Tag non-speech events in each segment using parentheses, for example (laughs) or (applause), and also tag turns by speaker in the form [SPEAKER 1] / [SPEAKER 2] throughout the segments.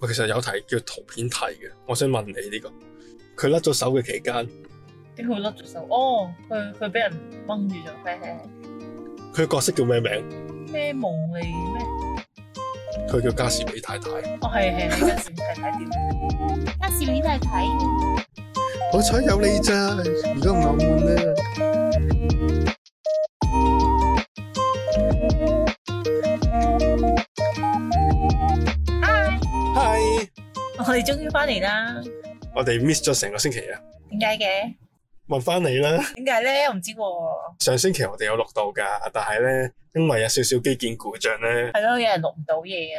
[SPEAKER 1] 我其實有題叫圖片題嘅，我想問你呢、個，佢甩咗手嘅期間，
[SPEAKER 2] 點會甩咗手？哦，佢佢俾人掹住咗，嘿嘿嘿
[SPEAKER 1] 佢角色叫咩名？
[SPEAKER 2] 咩夢嚟咩？
[SPEAKER 1] 佢叫加士比太太。
[SPEAKER 2] 哦，係係係，跟住睇睇點？
[SPEAKER 3] 加士比太太，
[SPEAKER 1] 好彩有你咋，如果唔係我悶咧。
[SPEAKER 3] 嗨，
[SPEAKER 1] Hi，
[SPEAKER 2] 我哋終於翻嚟啦，
[SPEAKER 1] 我哋 miss 咗成個星期啊，
[SPEAKER 2] 點解嘅？
[SPEAKER 1] 問翻你啦。
[SPEAKER 2] 點解咧？我唔知喎。
[SPEAKER 1] 上星期我哋有錄到㗎，但係咧因為有少少基建故障咧，
[SPEAKER 2] 係咯，有人錄唔到嘢啊！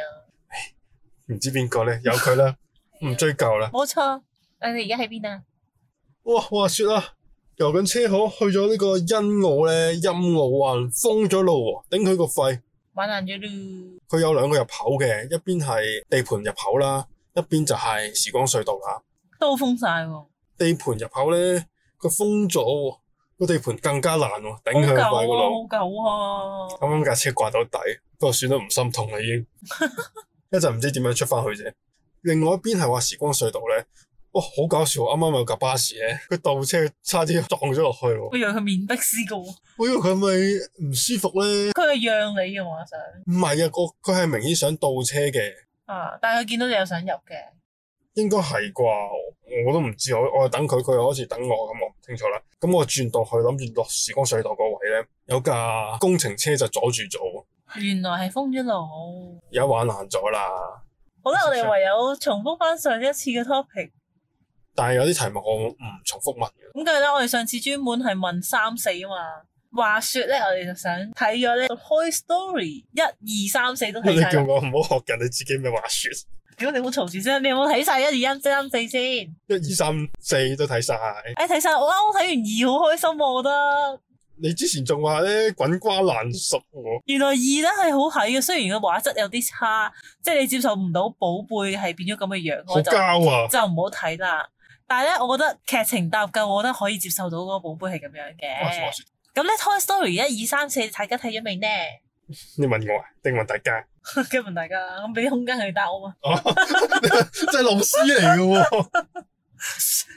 [SPEAKER 1] 唔知邊個咧，有佢啦，唔追究啦。
[SPEAKER 2] 冇錯，誒你而家喺邊啊？
[SPEAKER 1] 哇，話説啊，遊緊車河去咗呢個欣澳咧，陰澳灣啊封咗路喎，頂佢個肺。
[SPEAKER 2] 玩爛咗咯。
[SPEAKER 1] 佢有兩個入口嘅，一邊係地盤入口啦，一邊就係時光隧道啦。
[SPEAKER 2] 都封晒喎，
[SPEAKER 1] 地盤入口咧，佢封咗喎，個地盤更加爛喎，頂佢
[SPEAKER 2] 好
[SPEAKER 1] 個
[SPEAKER 2] 舊
[SPEAKER 1] 肺個
[SPEAKER 2] 啊，
[SPEAKER 1] 路。
[SPEAKER 2] 好舊啊！
[SPEAKER 1] 啱啱架車刮到底，不過算啦，唔心痛啦已經。 (laughs) 一陣唔知點樣出翻去啫。另外一邊係話時光隧道咧，哇、好搞笑！啱啱有架巴士咧，佢倒車差啲撞咗落去
[SPEAKER 2] 我
[SPEAKER 1] 喎。
[SPEAKER 2] 以為佢面壁思過，
[SPEAKER 1] 我以為佢咪唔舒服咧，
[SPEAKER 2] 佢係讓你嘅我想
[SPEAKER 1] 唔係啊，我佢係明顯想倒車嘅，
[SPEAKER 2] 啊，但係佢見到你又想入嘅，
[SPEAKER 1] 應該係啩？我都唔知，我我係等佢，佢又好似等我咁，我唔清楚啦。咁我轉到去諗住落時光隧道嗰位咧，有架工程車就阻住咗，
[SPEAKER 2] 原來係封咗路。
[SPEAKER 1] 而家玩爛咗啦。
[SPEAKER 2] 好啦，我哋唯有重複翻上一次嘅 topic。
[SPEAKER 1] 但係有啲題目我唔重複問嘅。
[SPEAKER 2] 咁梗係啦，我哋上次專門係問三四啊嘛。話說咧，我哋就想睇咗咧《Toy Story》一二三四都睇
[SPEAKER 1] 你
[SPEAKER 2] 晒
[SPEAKER 1] 叫
[SPEAKER 2] 啦。
[SPEAKER 1] 我唔好學人哋自己咩話説，
[SPEAKER 2] 屌你好嘈住先，你有冇睇晒一二三四先？
[SPEAKER 1] 一二三四都睇晒。
[SPEAKER 2] 哎，睇晒，我啱啱睇完二，好開心啊我覺得。
[SPEAKER 1] 你之前仲話咧滾瓜爛熟喎，
[SPEAKER 2] 原來二咧係好睇嘅，雖然個畫質有啲差，即係你接受唔到寶貝係變咗咁嘅樣，
[SPEAKER 1] 好
[SPEAKER 2] 我就
[SPEAKER 1] 膠
[SPEAKER 2] (laughs)
[SPEAKER 1] 啊！
[SPEAKER 2] 就唔好睇啦。但係咧，我覺得劇情搭夠，我覺得可以接受到嗰個寶貝係咁樣
[SPEAKER 1] 話説話
[SPEAKER 2] 嘅。
[SPEAKER 1] 説
[SPEAKER 2] 咁咧，《Toy Story》一二三四，大家睇咗未呢？ (laughs)
[SPEAKER 1] 你問我啊，定問大家？
[SPEAKER 2] 咁問大家，咁俾啲空間佢答我
[SPEAKER 1] (laughs)
[SPEAKER 2] 嘛？
[SPEAKER 1] 哦，真係老師嚟嘅喎，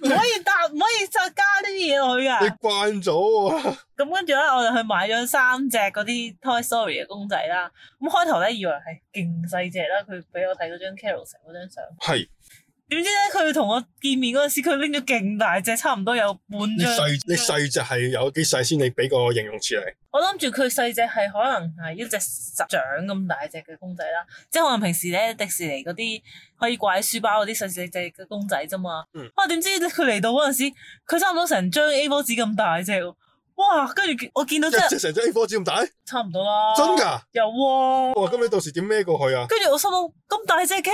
[SPEAKER 2] 唔可以答，唔可以再加呢啲嘢落
[SPEAKER 1] (laughs)
[SPEAKER 2] 去
[SPEAKER 1] 你
[SPEAKER 2] 噶。
[SPEAKER 1] 慣咗啊！
[SPEAKER 2] 咁跟住咧，我哋去買咗三隻嗰啲 Toy Story 嘅公仔啦。咁開頭咧以為係勁細隻啦，佢俾我睇到張 Carol 成嗰張相。
[SPEAKER 1] 係
[SPEAKER 2] 點知咧，佢同我見面嗰陣時，佢拎咗勁大隻，差唔多有半
[SPEAKER 1] 你
[SPEAKER 2] 張。
[SPEAKER 1] 細你細隻係有幾細先？你俾個形容詞嚟。
[SPEAKER 2] 我諗住佢細隻係可能係一隻手掌咁大隻嘅公仔啦，即係可能平時咧迪士尼嗰啲可以掛喺書包嗰啲細細隻嘅公仔啫嘛。
[SPEAKER 1] 嗯
[SPEAKER 2] 啊，點知佢嚟到嗰陣時，佢差唔多成張 A4 紙咁大隻喎，哇！跟住我見到真
[SPEAKER 1] 一
[SPEAKER 2] 係
[SPEAKER 1] 隻成隻 A4 紙咁大，真
[SPEAKER 2] 差唔多啦，
[SPEAKER 1] 㗎！
[SPEAKER 2] 有喎、
[SPEAKER 1] 哇！咁你到時點孭過去啊？
[SPEAKER 2] 跟住我心諗咁大隻嘅，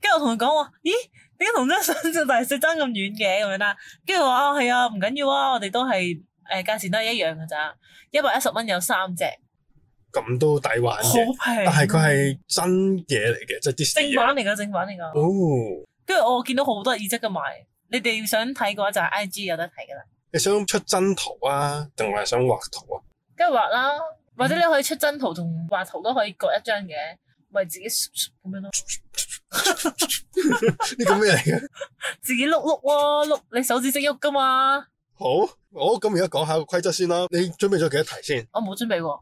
[SPEAKER 2] 跟住我同佢講話，咦，點解同張相就大隻爭咁遠嘅咁樣啦？跟住我話啊係啊，唔緊要啊，我哋都係誒價錢都係一樣㗎咋，一百一十蚊有三隻，
[SPEAKER 1] 咁都抵玩
[SPEAKER 2] 好
[SPEAKER 1] 嘅，
[SPEAKER 2] 平。
[SPEAKER 1] 但係佢係真嘢嚟嘅，即係
[SPEAKER 2] 正
[SPEAKER 1] Disney 嘢。
[SPEAKER 2] 版嚟㗎，正版嚟㗎。
[SPEAKER 1] 哦，
[SPEAKER 2] 跟住我見到好多耳即嘅賣，你哋想睇嘅話就係 I G 有得睇㗎啦，
[SPEAKER 1] 你想出真圖啊，定係想畫圖啊？ (laughs)
[SPEAKER 2] 跟住畫啦，或者你可以出真圖同畫圖都可以各一張嘅，咪自己咁樣咯，
[SPEAKER 1] 呢個咩嚟嘅？
[SPEAKER 2] 自己碌碌咯，碌你手指識喐㗎嘛，
[SPEAKER 1] 好，好，咁而家講下個規則先啦。你準備咗幾多題先？
[SPEAKER 2] 我冇準備喎，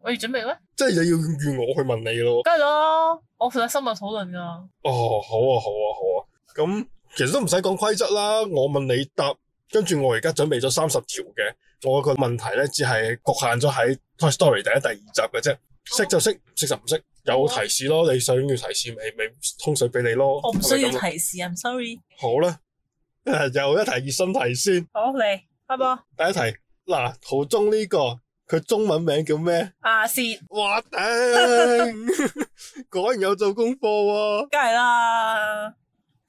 [SPEAKER 2] 我要準備咩？
[SPEAKER 1] 即係你要預我去問你咯。
[SPEAKER 2] 梗係啦，我負責深入討論噶。
[SPEAKER 1] 哦，好啊，好啊，好啊。咁其實都唔使講規則啦。我問你答，跟住我而家準備咗三十條嘅。我個問題咧，只係局限咗喺 Toy Story 第一、第二集嘅啫。識
[SPEAKER 2] 哦
[SPEAKER 1] 就識，唔識就唔識。有提示咯，你想要提示咪咪通水俾你咯。
[SPEAKER 2] 我唔需要
[SPEAKER 1] 係咪咁啊
[SPEAKER 2] 提示，I'm sorry。
[SPEAKER 1] 好啦， (laughs) 又一題熱身題先。
[SPEAKER 2] 好嚟，阿波
[SPEAKER 1] 第一題嗱，圖中呢、個佢中文名叫咩？
[SPEAKER 2] 阿薛，
[SPEAKER 1] 哇
[SPEAKER 2] (laughs)
[SPEAKER 1] 頂！果然有做功課喎、
[SPEAKER 2] 梗係啦。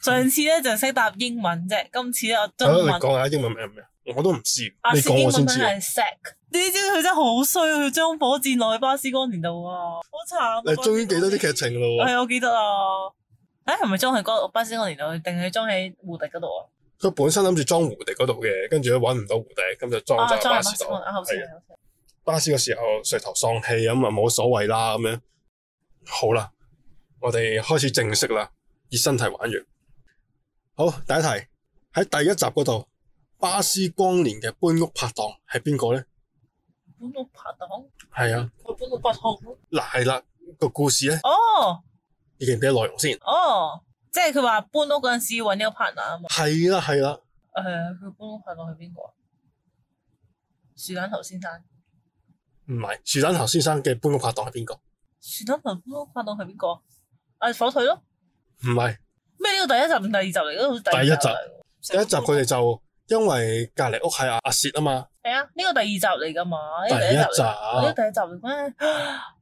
[SPEAKER 2] 上次咧就識答英文啫，今次咧我中
[SPEAKER 1] 好你
[SPEAKER 2] 文。
[SPEAKER 1] 講下英文名係咩？我都唔知，
[SPEAKER 2] 阿
[SPEAKER 1] 你
[SPEAKER 2] 薛
[SPEAKER 1] 講
[SPEAKER 2] 英
[SPEAKER 1] 我
[SPEAKER 2] 文
[SPEAKER 1] 先
[SPEAKER 2] 名
[SPEAKER 1] 知。啊
[SPEAKER 2] 係 Sack。你知唔知佢真係好衰，啊佢將火箭落去巴斯光年度啊，好慘。
[SPEAKER 1] 你終於記得啲劇情咯喎。
[SPEAKER 2] 係我記得啊。誒係咪裝喺嗰巴斯光年度，定係裝喺胡迪嗰度啊？
[SPEAKER 1] 佢本身諗住裝胡迪嗰度嘅，跟住咧揾唔到胡迪，咁就裝
[SPEAKER 2] 啊，
[SPEAKER 1] 咗喺哦巴
[SPEAKER 2] 裝喺巴
[SPEAKER 1] 士
[SPEAKER 2] 斯
[SPEAKER 1] 度。
[SPEAKER 2] 光年啊，後先
[SPEAKER 1] 係啊巴士嘅時候垂頭喪氣咁啊，冇所謂啦咁樣。好啦，我哋開始正式啦。熱身題玩完。好，第一題喺第一集嗰度，巴斯光年嘅搬屋拍檔係邊個咧？
[SPEAKER 2] 搬屋拍檔，
[SPEAKER 1] 係啊，
[SPEAKER 2] 佢搬屋拍檔。
[SPEAKER 1] 嗱係啦，個故事咧，
[SPEAKER 2] 哦
[SPEAKER 1] 你記唔記得內容先？
[SPEAKER 2] 哦，即係佢話搬屋嗰陣時要揾呢個 partner 啊嘛。
[SPEAKER 1] 係啦係啦，
[SPEAKER 2] 誒、佢搬屋拍檔係邊個啊？樹蛋頭先生，
[SPEAKER 1] 唔係樹蛋頭先生嘅搬屋拍檔係邊個？
[SPEAKER 2] 樹蛋頭搬屋拍檔係邊個？啊，火腿咯。
[SPEAKER 1] 唔係
[SPEAKER 2] 咩呢個第一集定第二集嚟？嗰個
[SPEAKER 1] 第一集
[SPEAKER 2] 嚟
[SPEAKER 1] 第一集佢哋就因為隔離屋係阿阿薛啊嘛，
[SPEAKER 2] 係啊，呢個第二集嚟㗎嘛？呢
[SPEAKER 1] 第
[SPEAKER 2] 個
[SPEAKER 1] 一
[SPEAKER 2] 嚟呢個
[SPEAKER 1] 集啊
[SPEAKER 2] 第一集嚟咩？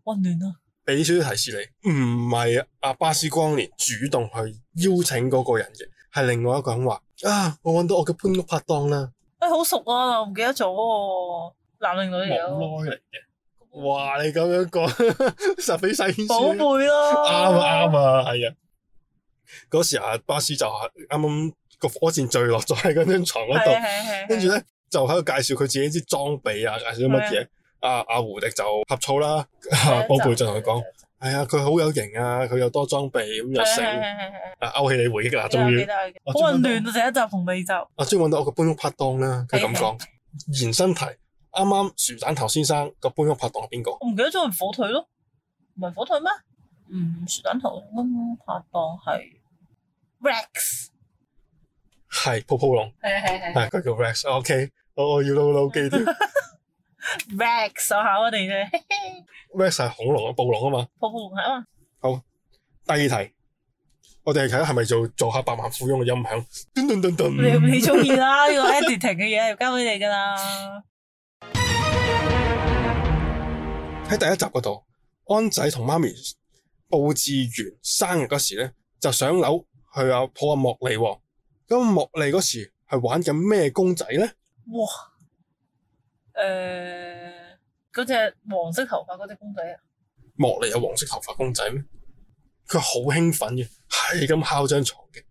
[SPEAKER 2] 混亂啊！
[SPEAKER 1] 俾少少提示你，唔係阿巴斯光年主動去邀請嗰個人嘅，係另外一個人話啊，我揾到我嘅搬屋拍檔啦。
[SPEAKER 2] 哎，好熟啊，我唔記得咗喎，男定女嚟㗎？
[SPEAKER 1] 冇耐嚟嘅。哇！你咁樣講， (laughs) 實俾晒牽
[SPEAKER 2] 寶貝
[SPEAKER 1] 啱
[SPEAKER 2] 咯，
[SPEAKER 1] 啊啱啊，係啊。嗰時啊，巴斯就係啱啱個火箭墜落咗喺嗰張床嗰
[SPEAKER 2] 係啊，
[SPEAKER 1] 度，
[SPEAKER 2] 係啊係啊，
[SPEAKER 1] 跟住咧就喺度介紹佢自己啲裝備啊，介紹啲乜嘢。阿阿胡迪就呷醋啦，
[SPEAKER 2] 係啊
[SPEAKER 1] 寶貝就同佢講：，係啊，佢好有型啊，佢又多裝備，咁又
[SPEAKER 2] 係
[SPEAKER 1] 成
[SPEAKER 2] 係係係係
[SPEAKER 1] 啊，勾起你回憶啦，
[SPEAKER 2] 係係
[SPEAKER 1] 終
[SPEAKER 2] 我
[SPEAKER 1] 於
[SPEAKER 2] 記。得我記得
[SPEAKER 1] 我
[SPEAKER 2] 好
[SPEAKER 1] 終於
[SPEAKER 2] 混亂啊！第一集同第二集，
[SPEAKER 1] 我終於揾到我個搬屋拍檔啦，佢咁
[SPEAKER 2] 係啊
[SPEAKER 1] 講。延伸題，啱啱薯蛋頭先生個搬屋拍檔係邊個？
[SPEAKER 2] 我唔記得咗係火腿咯，唔係火腿咩？嗯，雪蛋頭咁拍檔係 Rex，
[SPEAKER 1] 係泡泡龍。
[SPEAKER 2] 係啊係啊係啊
[SPEAKER 1] 係佢叫 Rex。OK，我我要撈撈記
[SPEAKER 2] (laughs)
[SPEAKER 1] 添。
[SPEAKER 2] Rex，我考我哋啫，嘿嘿
[SPEAKER 1] Rex 係恐龍啊，暴龍啊嘛。
[SPEAKER 2] 泡泡龍係啊嘛，
[SPEAKER 1] 第二題，我哋睇下係咪做做下百萬富翁嘅音響？噔噔噔
[SPEAKER 2] 你你
[SPEAKER 1] 噔。
[SPEAKER 2] 中意
[SPEAKER 1] (laughs)
[SPEAKER 2] 啦，呢個 editing 嘅嘢係交俾你㗎啦，
[SPEAKER 1] 喺第一集嗰度，安仔同媽咪佈置完生日嗰時咧，就上樓去啊抱阿莫莉喎。咁莫莉嗰時係玩緊咩公仔咧？
[SPEAKER 2] 哇，誒嗰隻黃色頭髮嗰隻公仔啊，
[SPEAKER 1] 莫莉有黃色頭髮公仔咩？佢好興奮嘅，係咁敲張床嘅。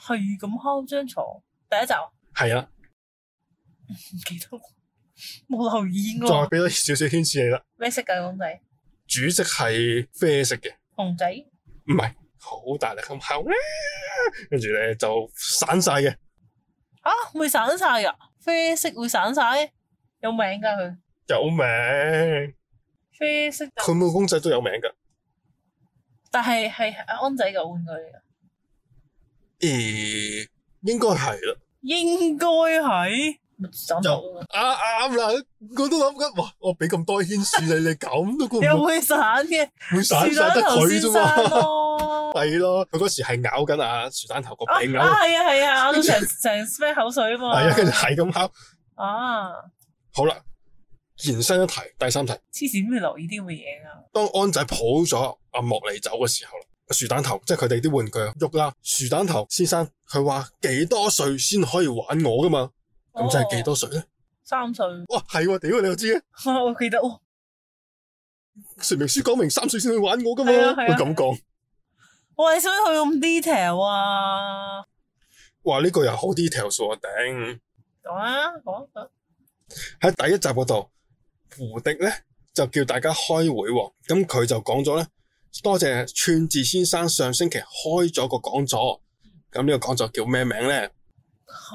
[SPEAKER 2] 係咁敲張床，第一集啊
[SPEAKER 1] 係啊，
[SPEAKER 2] 唔記得喎， (laughs) 冇留意
[SPEAKER 1] 再
[SPEAKER 2] 喎，
[SPEAKER 1] 俾多少少牽涉你啦。
[SPEAKER 2] 咩色㗎公仔？
[SPEAKER 1] 主色係啡色嘅。
[SPEAKER 2] 熊仔。
[SPEAKER 1] 唔係好大力咁敲，啊跟住咧就散晒嘅。
[SPEAKER 2] 啊，會散晒噶，啡色會散晒，有名噶佢，
[SPEAKER 1] 有名，
[SPEAKER 2] 啡色就，
[SPEAKER 1] 佢每個公仔都有名噶。
[SPEAKER 2] 但係係阿安仔嘅玩具嚟噶，
[SPEAKER 1] 咦、應該係啦。
[SPEAKER 2] 應該係咪散咗啊
[SPEAKER 1] 啊啱啦，我都諗緊，哇！我俾咁多牽涉你，你咁都估唔
[SPEAKER 2] 又
[SPEAKER 1] 到
[SPEAKER 2] 會散嘅，
[SPEAKER 1] 會散
[SPEAKER 2] 樹
[SPEAKER 1] 晒
[SPEAKER 2] 蛋
[SPEAKER 1] 得
[SPEAKER 2] 頭
[SPEAKER 1] 佢
[SPEAKER 2] 先
[SPEAKER 1] 啫
[SPEAKER 2] 生
[SPEAKER 1] 嘛。
[SPEAKER 2] 咯。
[SPEAKER 1] (laughs) 係咯，佢嗰時係咬緊啊樹蛋頭個
[SPEAKER 2] 啊啊 (laughs)
[SPEAKER 1] 鼻咬，係
[SPEAKER 2] 係啊係啊，咬到成成咩口水啊嘛。
[SPEAKER 1] 啊，跟住係咁敲。
[SPEAKER 2] 啊，
[SPEAKER 1] 好啦，延伸一題，第三題，
[SPEAKER 2] 黐線會留意啲咁嘅嘢噶。
[SPEAKER 1] 當安仔抱咗阿莫莉走嘅時候啦，樹蛋頭即係佢哋啲玩具喐啦。樹蛋頭先生佢話幾多歲先可以玩我噶嘛？咁即係幾多
[SPEAKER 2] 哦？
[SPEAKER 1] 歲咧？
[SPEAKER 2] 三歲，
[SPEAKER 1] 哇，係喎，屌你又知嘅，
[SPEAKER 2] 我記得哦。
[SPEAKER 1] 說明書講明三歲先去玩我噶嘛？
[SPEAKER 2] 係啊係
[SPEAKER 1] 佢
[SPEAKER 2] 啊
[SPEAKER 1] 咁講，
[SPEAKER 2] 哇，你使唔使去咁 detail 啊？
[SPEAKER 1] 哇呢個又好 detail 喎，頂！
[SPEAKER 2] 講啊，講講。
[SPEAKER 1] 喺第一集嗰度，胡迪咧就叫大家開會喎，咁佢就講咗咧，多謝串字先生上星期開咗個講座，咁呢個講座叫咩名咧？
[SPEAKER 2] 吓，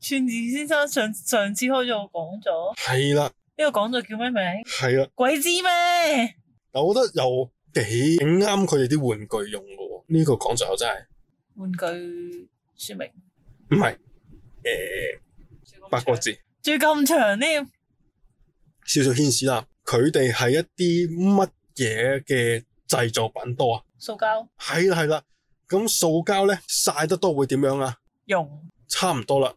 [SPEAKER 2] 串子先生上上次開咗個講座，
[SPEAKER 1] 係啦，
[SPEAKER 2] 呢、個講座叫咩名？
[SPEAKER 1] 係啦。
[SPEAKER 2] 鬼知咩？
[SPEAKER 1] 但我覺得又幾啱佢哋啲玩具用嘅喎，呢、個講座真係
[SPEAKER 2] 玩具說明
[SPEAKER 1] 唔係誒八個，字，
[SPEAKER 2] 最咁長添。
[SPEAKER 1] 少少牽使啦。佢哋係一啲乜嘢嘅製造品多啊？
[SPEAKER 2] 塑膠
[SPEAKER 1] 係啦係啦，咁塑膠咧曬得多會點樣啊？
[SPEAKER 2] 溶，
[SPEAKER 1] 差唔多啦，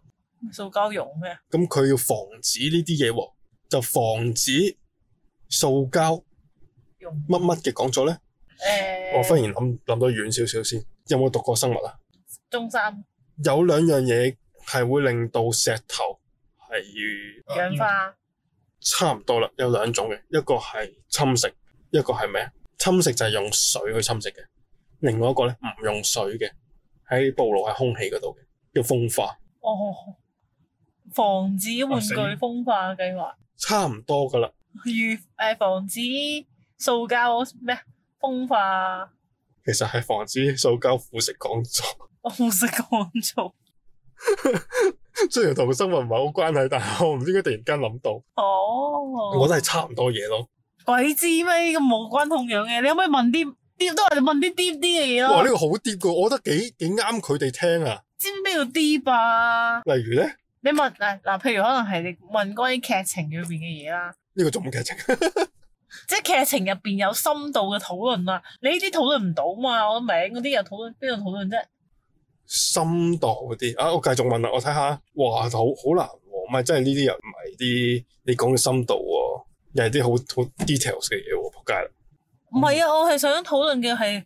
[SPEAKER 2] 塑膠溶咩？
[SPEAKER 1] 咁佢要防止呢啲嘢喎，就防止塑膠
[SPEAKER 2] 溶
[SPEAKER 1] 乜乜嘅講咗咧。
[SPEAKER 2] 誒，
[SPEAKER 1] 我忽然諗諗到遠少少先，有冇讀過生物啊？
[SPEAKER 2] 中三
[SPEAKER 1] 有兩樣嘢係會令到石頭係呃
[SPEAKER 2] 氧化
[SPEAKER 1] 差唔多啦，有兩種嘅，一個係侵蝕，一個係咩啊？侵蝕就係用水去侵蝕嘅，另外一個咧
[SPEAKER 2] 嗯
[SPEAKER 1] 唔用水嘅，喺暴露喺空氣嗰度嘅，叫風化，
[SPEAKER 2] 哦，防止玩具
[SPEAKER 1] 哇死
[SPEAKER 2] 風化計劃，
[SPEAKER 1] 差唔多噶啦。
[SPEAKER 2] 預誒防止塑膠咩風化
[SPEAKER 1] 其實係防止塑膠腐蝕講座。
[SPEAKER 2] 我冇識講做。
[SPEAKER 1] (laughs) 雖然同生物唔係好關係，但係我唔知點解突然間諗到，
[SPEAKER 2] 哦，
[SPEAKER 1] 我覺得係差唔多嘢咯。
[SPEAKER 2] 鬼知咩？咁冇關痛癢嘅，你可唔可以問啲啲都係問啲 deep 啲嘅嘢
[SPEAKER 1] 哇！呢、
[SPEAKER 2] 咯？
[SPEAKER 1] 個好 deep 噶，我覺得幾幾啱佢哋聽啊。
[SPEAKER 2] 知唔知咩叫 deep 啊？
[SPEAKER 1] 例如咧，呢、
[SPEAKER 2] 你問嗱嗱，譬如可能係你問關於劇情裏邊嘅嘢啦，
[SPEAKER 1] 呢個仲劇情，
[SPEAKER 2] 即係劇情入邊有深度嘅討論啦。你呢啲討論唔到嘛？我明嗰啲又討論邊度討論啫？
[SPEAKER 1] 深度嗰啲啊，我繼續問啦，我睇下，哇，好好難喎、唔係真係呢啲又唔係啲你講嘅深度喎、又係啲好好 details 嘅嘢喎，仆街啦！
[SPEAKER 2] 唔係
[SPEAKER 1] 嗯
[SPEAKER 2] 啊，我係想討論嘅係，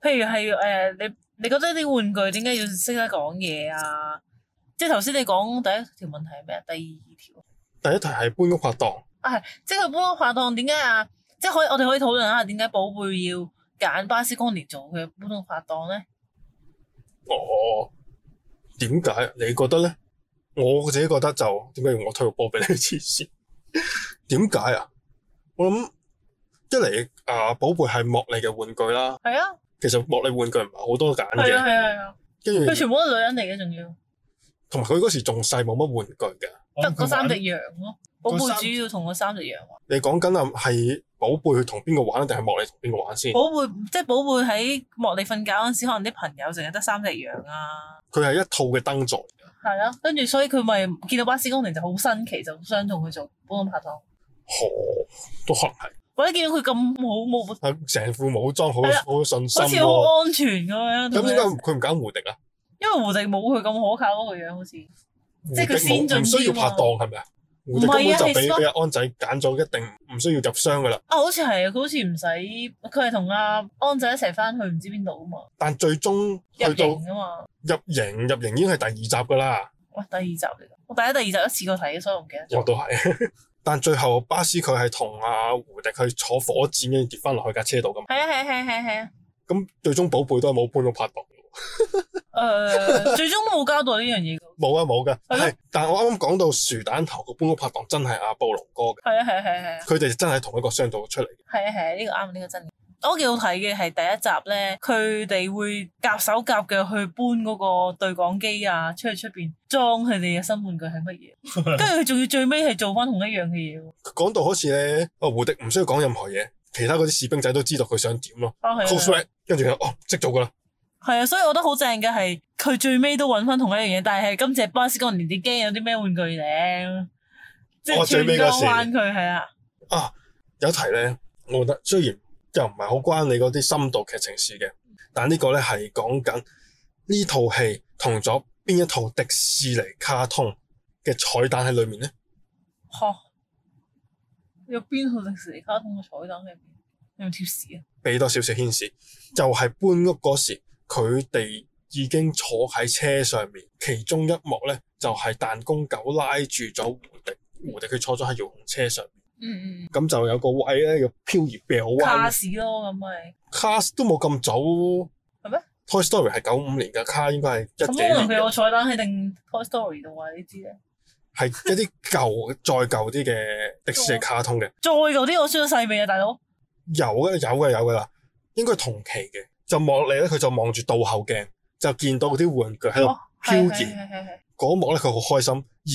[SPEAKER 2] 譬如係誒、呃你你覺得啲玩具點解要識得講嘢啊？即係頭先你講第一條問題係咩啊？第二
[SPEAKER 1] 第
[SPEAKER 2] 條。
[SPEAKER 1] 一題係搬屋拍檔，
[SPEAKER 2] 啊，係即係佢搬屋拍檔點解啊？即係可以，我哋可以討論下點解寶貝要揀巴斯光年做佢嘅搬屋拍檔咧？
[SPEAKER 1] 哦，點解？你覺得咧？我自己覺得就點解要我推個波俾你黐線？點解啊？我諗一嚟啊，寶貝係莫莉嘅玩具啦，
[SPEAKER 2] 係啊，
[SPEAKER 1] 其實莫莉玩具唔係嗯好多揀
[SPEAKER 2] 係啊，
[SPEAKER 1] 嘅，
[SPEAKER 2] 係啊，係啊，
[SPEAKER 1] 跟
[SPEAKER 2] 佢
[SPEAKER 1] 住
[SPEAKER 2] 全部都係女人嚟嘅，仲
[SPEAKER 1] 哦
[SPEAKER 2] 要
[SPEAKER 1] 同埋佢嗰時仲細，冇乜玩具嘅。
[SPEAKER 2] 得嗰三隻羊咯。寶
[SPEAKER 1] 嗰
[SPEAKER 2] 貝
[SPEAKER 1] 三
[SPEAKER 2] 主要同嗰三隻羊玩。
[SPEAKER 1] 你講緊啊，係寶貝去同邊個玩，定係莫莉同邊個玩先？
[SPEAKER 2] 寶貝即係寶貝喺莫莉瞓覺嗰陣時，可能啲朋友淨係得三隻羊啊。
[SPEAKER 1] 佢係一套嘅燈座嚟嘅，
[SPEAKER 2] 係啊，跟住所以佢咪見到巴斯光年就好新奇，就想同佢做搬屋拍檔，
[SPEAKER 1] 哦，都可能係
[SPEAKER 2] 或者見到佢咁好冇，
[SPEAKER 1] 係成副武裝，好
[SPEAKER 2] 係啊
[SPEAKER 1] 好信心
[SPEAKER 2] 好似
[SPEAKER 1] 喎。
[SPEAKER 2] 好安全咁樣
[SPEAKER 1] 咁
[SPEAKER 2] 同
[SPEAKER 1] 點解
[SPEAKER 2] 佢。
[SPEAKER 1] 佢唔揀胡迪啊？
[SPEAKER 2] 因為胡迪冇佢咁可靠嗰個樣，好似。
[SPEAKER 1] 胡
[SPEAKER 2] 即
[SPEAKER 1] 迪
[SPEAKER 2] 係佢先進
[SPEAKER 1] 冇唔需要
[SPEAKER 2] 啲
[SPEAKER 1] 拍
[SPEAKER 2] 啊嘛
[SPEAKER 1] 檔係咪啊？胡迪
[SPEAKER 2] 唔係
[SPEAKER 1] 根本
[SPEAKER 2] 啊
[SPEAKER 1] 就俾
[SPEAKER 2] 係
[SPEAKER 1] 俾阿安仔揀咗，一定唔需要入箱噶啦。
[SPEAKER 2] 啊，好似係啊，佢好似唔使，佢係同阿安仔一齊翻去唔知邊度啊嘛，
[SPEAKER 1] 但最終去
[SPEAKER 2] 入
[SPEAKER 1] 到
[SPEAKER 2] 營啊嘛。
[SPEAKER 1] 入營，入營已經係第二集噶啦，
[SPEAKER 2] 喂，第二集嚟㗎，我第一、第二集一次過睇，所以我唔記得咗。
[SPEAKER 1] 我都係。 (laughs) 但最後巴斯佢係同阿胡迪去坐火箭，跟住跌翻落去架車度噶嘛。
[SPEAKER 2] 係啊係啊係啊係啊係啊，
[SPEAKER 1] 咁最終寶貝都係冇搬到拍檔。
[SPEAKER 2] 誒最終都冇交代呢樣嘢㗎。
[SPEAKER 1] 冇啊冇噶，
[SPEAKER 2] 係咯
[SPEAKER 1] 係，但係我啱啱講到薯蛋頭個搬屋拍檔真係阿布龍哥嘅，
[SPEAKER 2] 係啊係啊係啊係啊
[SPEAKER 1] 佢哋真係同一個商道出嚟嘅。
[SPEAKER 2] 係啊係啊，呢個啱啊呢個真嘅。我幾好睇嘅係第一集咧，佢哋會夾手夾腳去搬嗰個對講機啊，出去出邊裝佢哋嘅新玩具係乜嘢，跟住佢仲要最尾係做翻同一樣嘅嘢喎。
[SPEAKER 1] 佢講到好似咧，阿胡迪唔需要講任何嘢，其他嗰啲士兵仔都知道佢想點咯。
[SPEAKER 2] 啊係啊
[SPEAKER 1] Close
[SPEAKER 2] 係啊
[SPEAKER 1] red，跟住佢哦識做噶啦。
[SPEAKER 2] 係啊，所以我覺得好正嘅係佢最尾都揾翻同一樣嘢，但係今次巴斯光年啲機有啲咩玩具咧？即
[SPEAKER 1] 哦
[SPEAKER 2] 係
[SPEAKER 1] 最
[SPEAKER 2] 全
[SPEAKER 1] 尾嗰
[SPEAKER 2] 裝
[SPEAKER 1] 時
[SPEAKER 2] 翻佢係啊，
[SPEAKER 1] 啊，有一題咧，我覺得雖然又唔係好關你嗰啲深度劇情事嘅，但呢個咧係講緊呢套戲同咗邊一套迪士尼卡通嘅彩蛋喺裏面咧。
[SPEAKER 2] 嚇！有邊套迪士尼卡通嘅彩蛋喺邊？有冇貼士啊？
[SPEAKER 1] 俾多少少牽涉，就係、搬屋嗰時，佢哋已經坐喺車上面，其中一幕咧就係、彈弓狗拉住咗胡迪，胡迪佢坐咗喺遙控車上面，
[SPEAKER 2] 嗯嗯，
[SPEAKER 1] 咁就有個位咧要漂移掉
[SPEAKER 2] 卡
[SPEAKER 1] 彎。
[SPEAKER 2] 士咯咁咪，
[SPEAKER 1] Cars 都冇咁早，係
[SPEAKER 2] 咩
[SPEAKER 1] ？Toy Story 係九五年嘅卡，應該係
[SPEAKER 2] 咁
[SPEAKER 1] 一幾
[SPEAKER 2] 可能
[SPEAKER 1] 年
[SPEAKER 2] 佢有
[SPEAKER 1] 嘅，
[SPEAKER 2] 彩蛋喺定 Toy Story 度啊？你知咧？
[SPEAKER 1] 係一啲舊再舊啲嘅迪士尼卡通嘅，
[SPEAKER 2] 再嗰啲我衰咗細味啊，大佬！
[SPEAKER 1] 有嘅有嘅有嘅啦，應該同期嘅。就望你咧，佢就望住倒後鏡，就見到啲玩具喺度
[SPEAKER 2] 哦
[SPEAKER 1] 漂
[SPEAKER 2] 係
[SPEAKER 1] 移
[SPEAKER 2] 係。係係係
[SPEAKER 1] 嗰一幕咧，佢好開心，而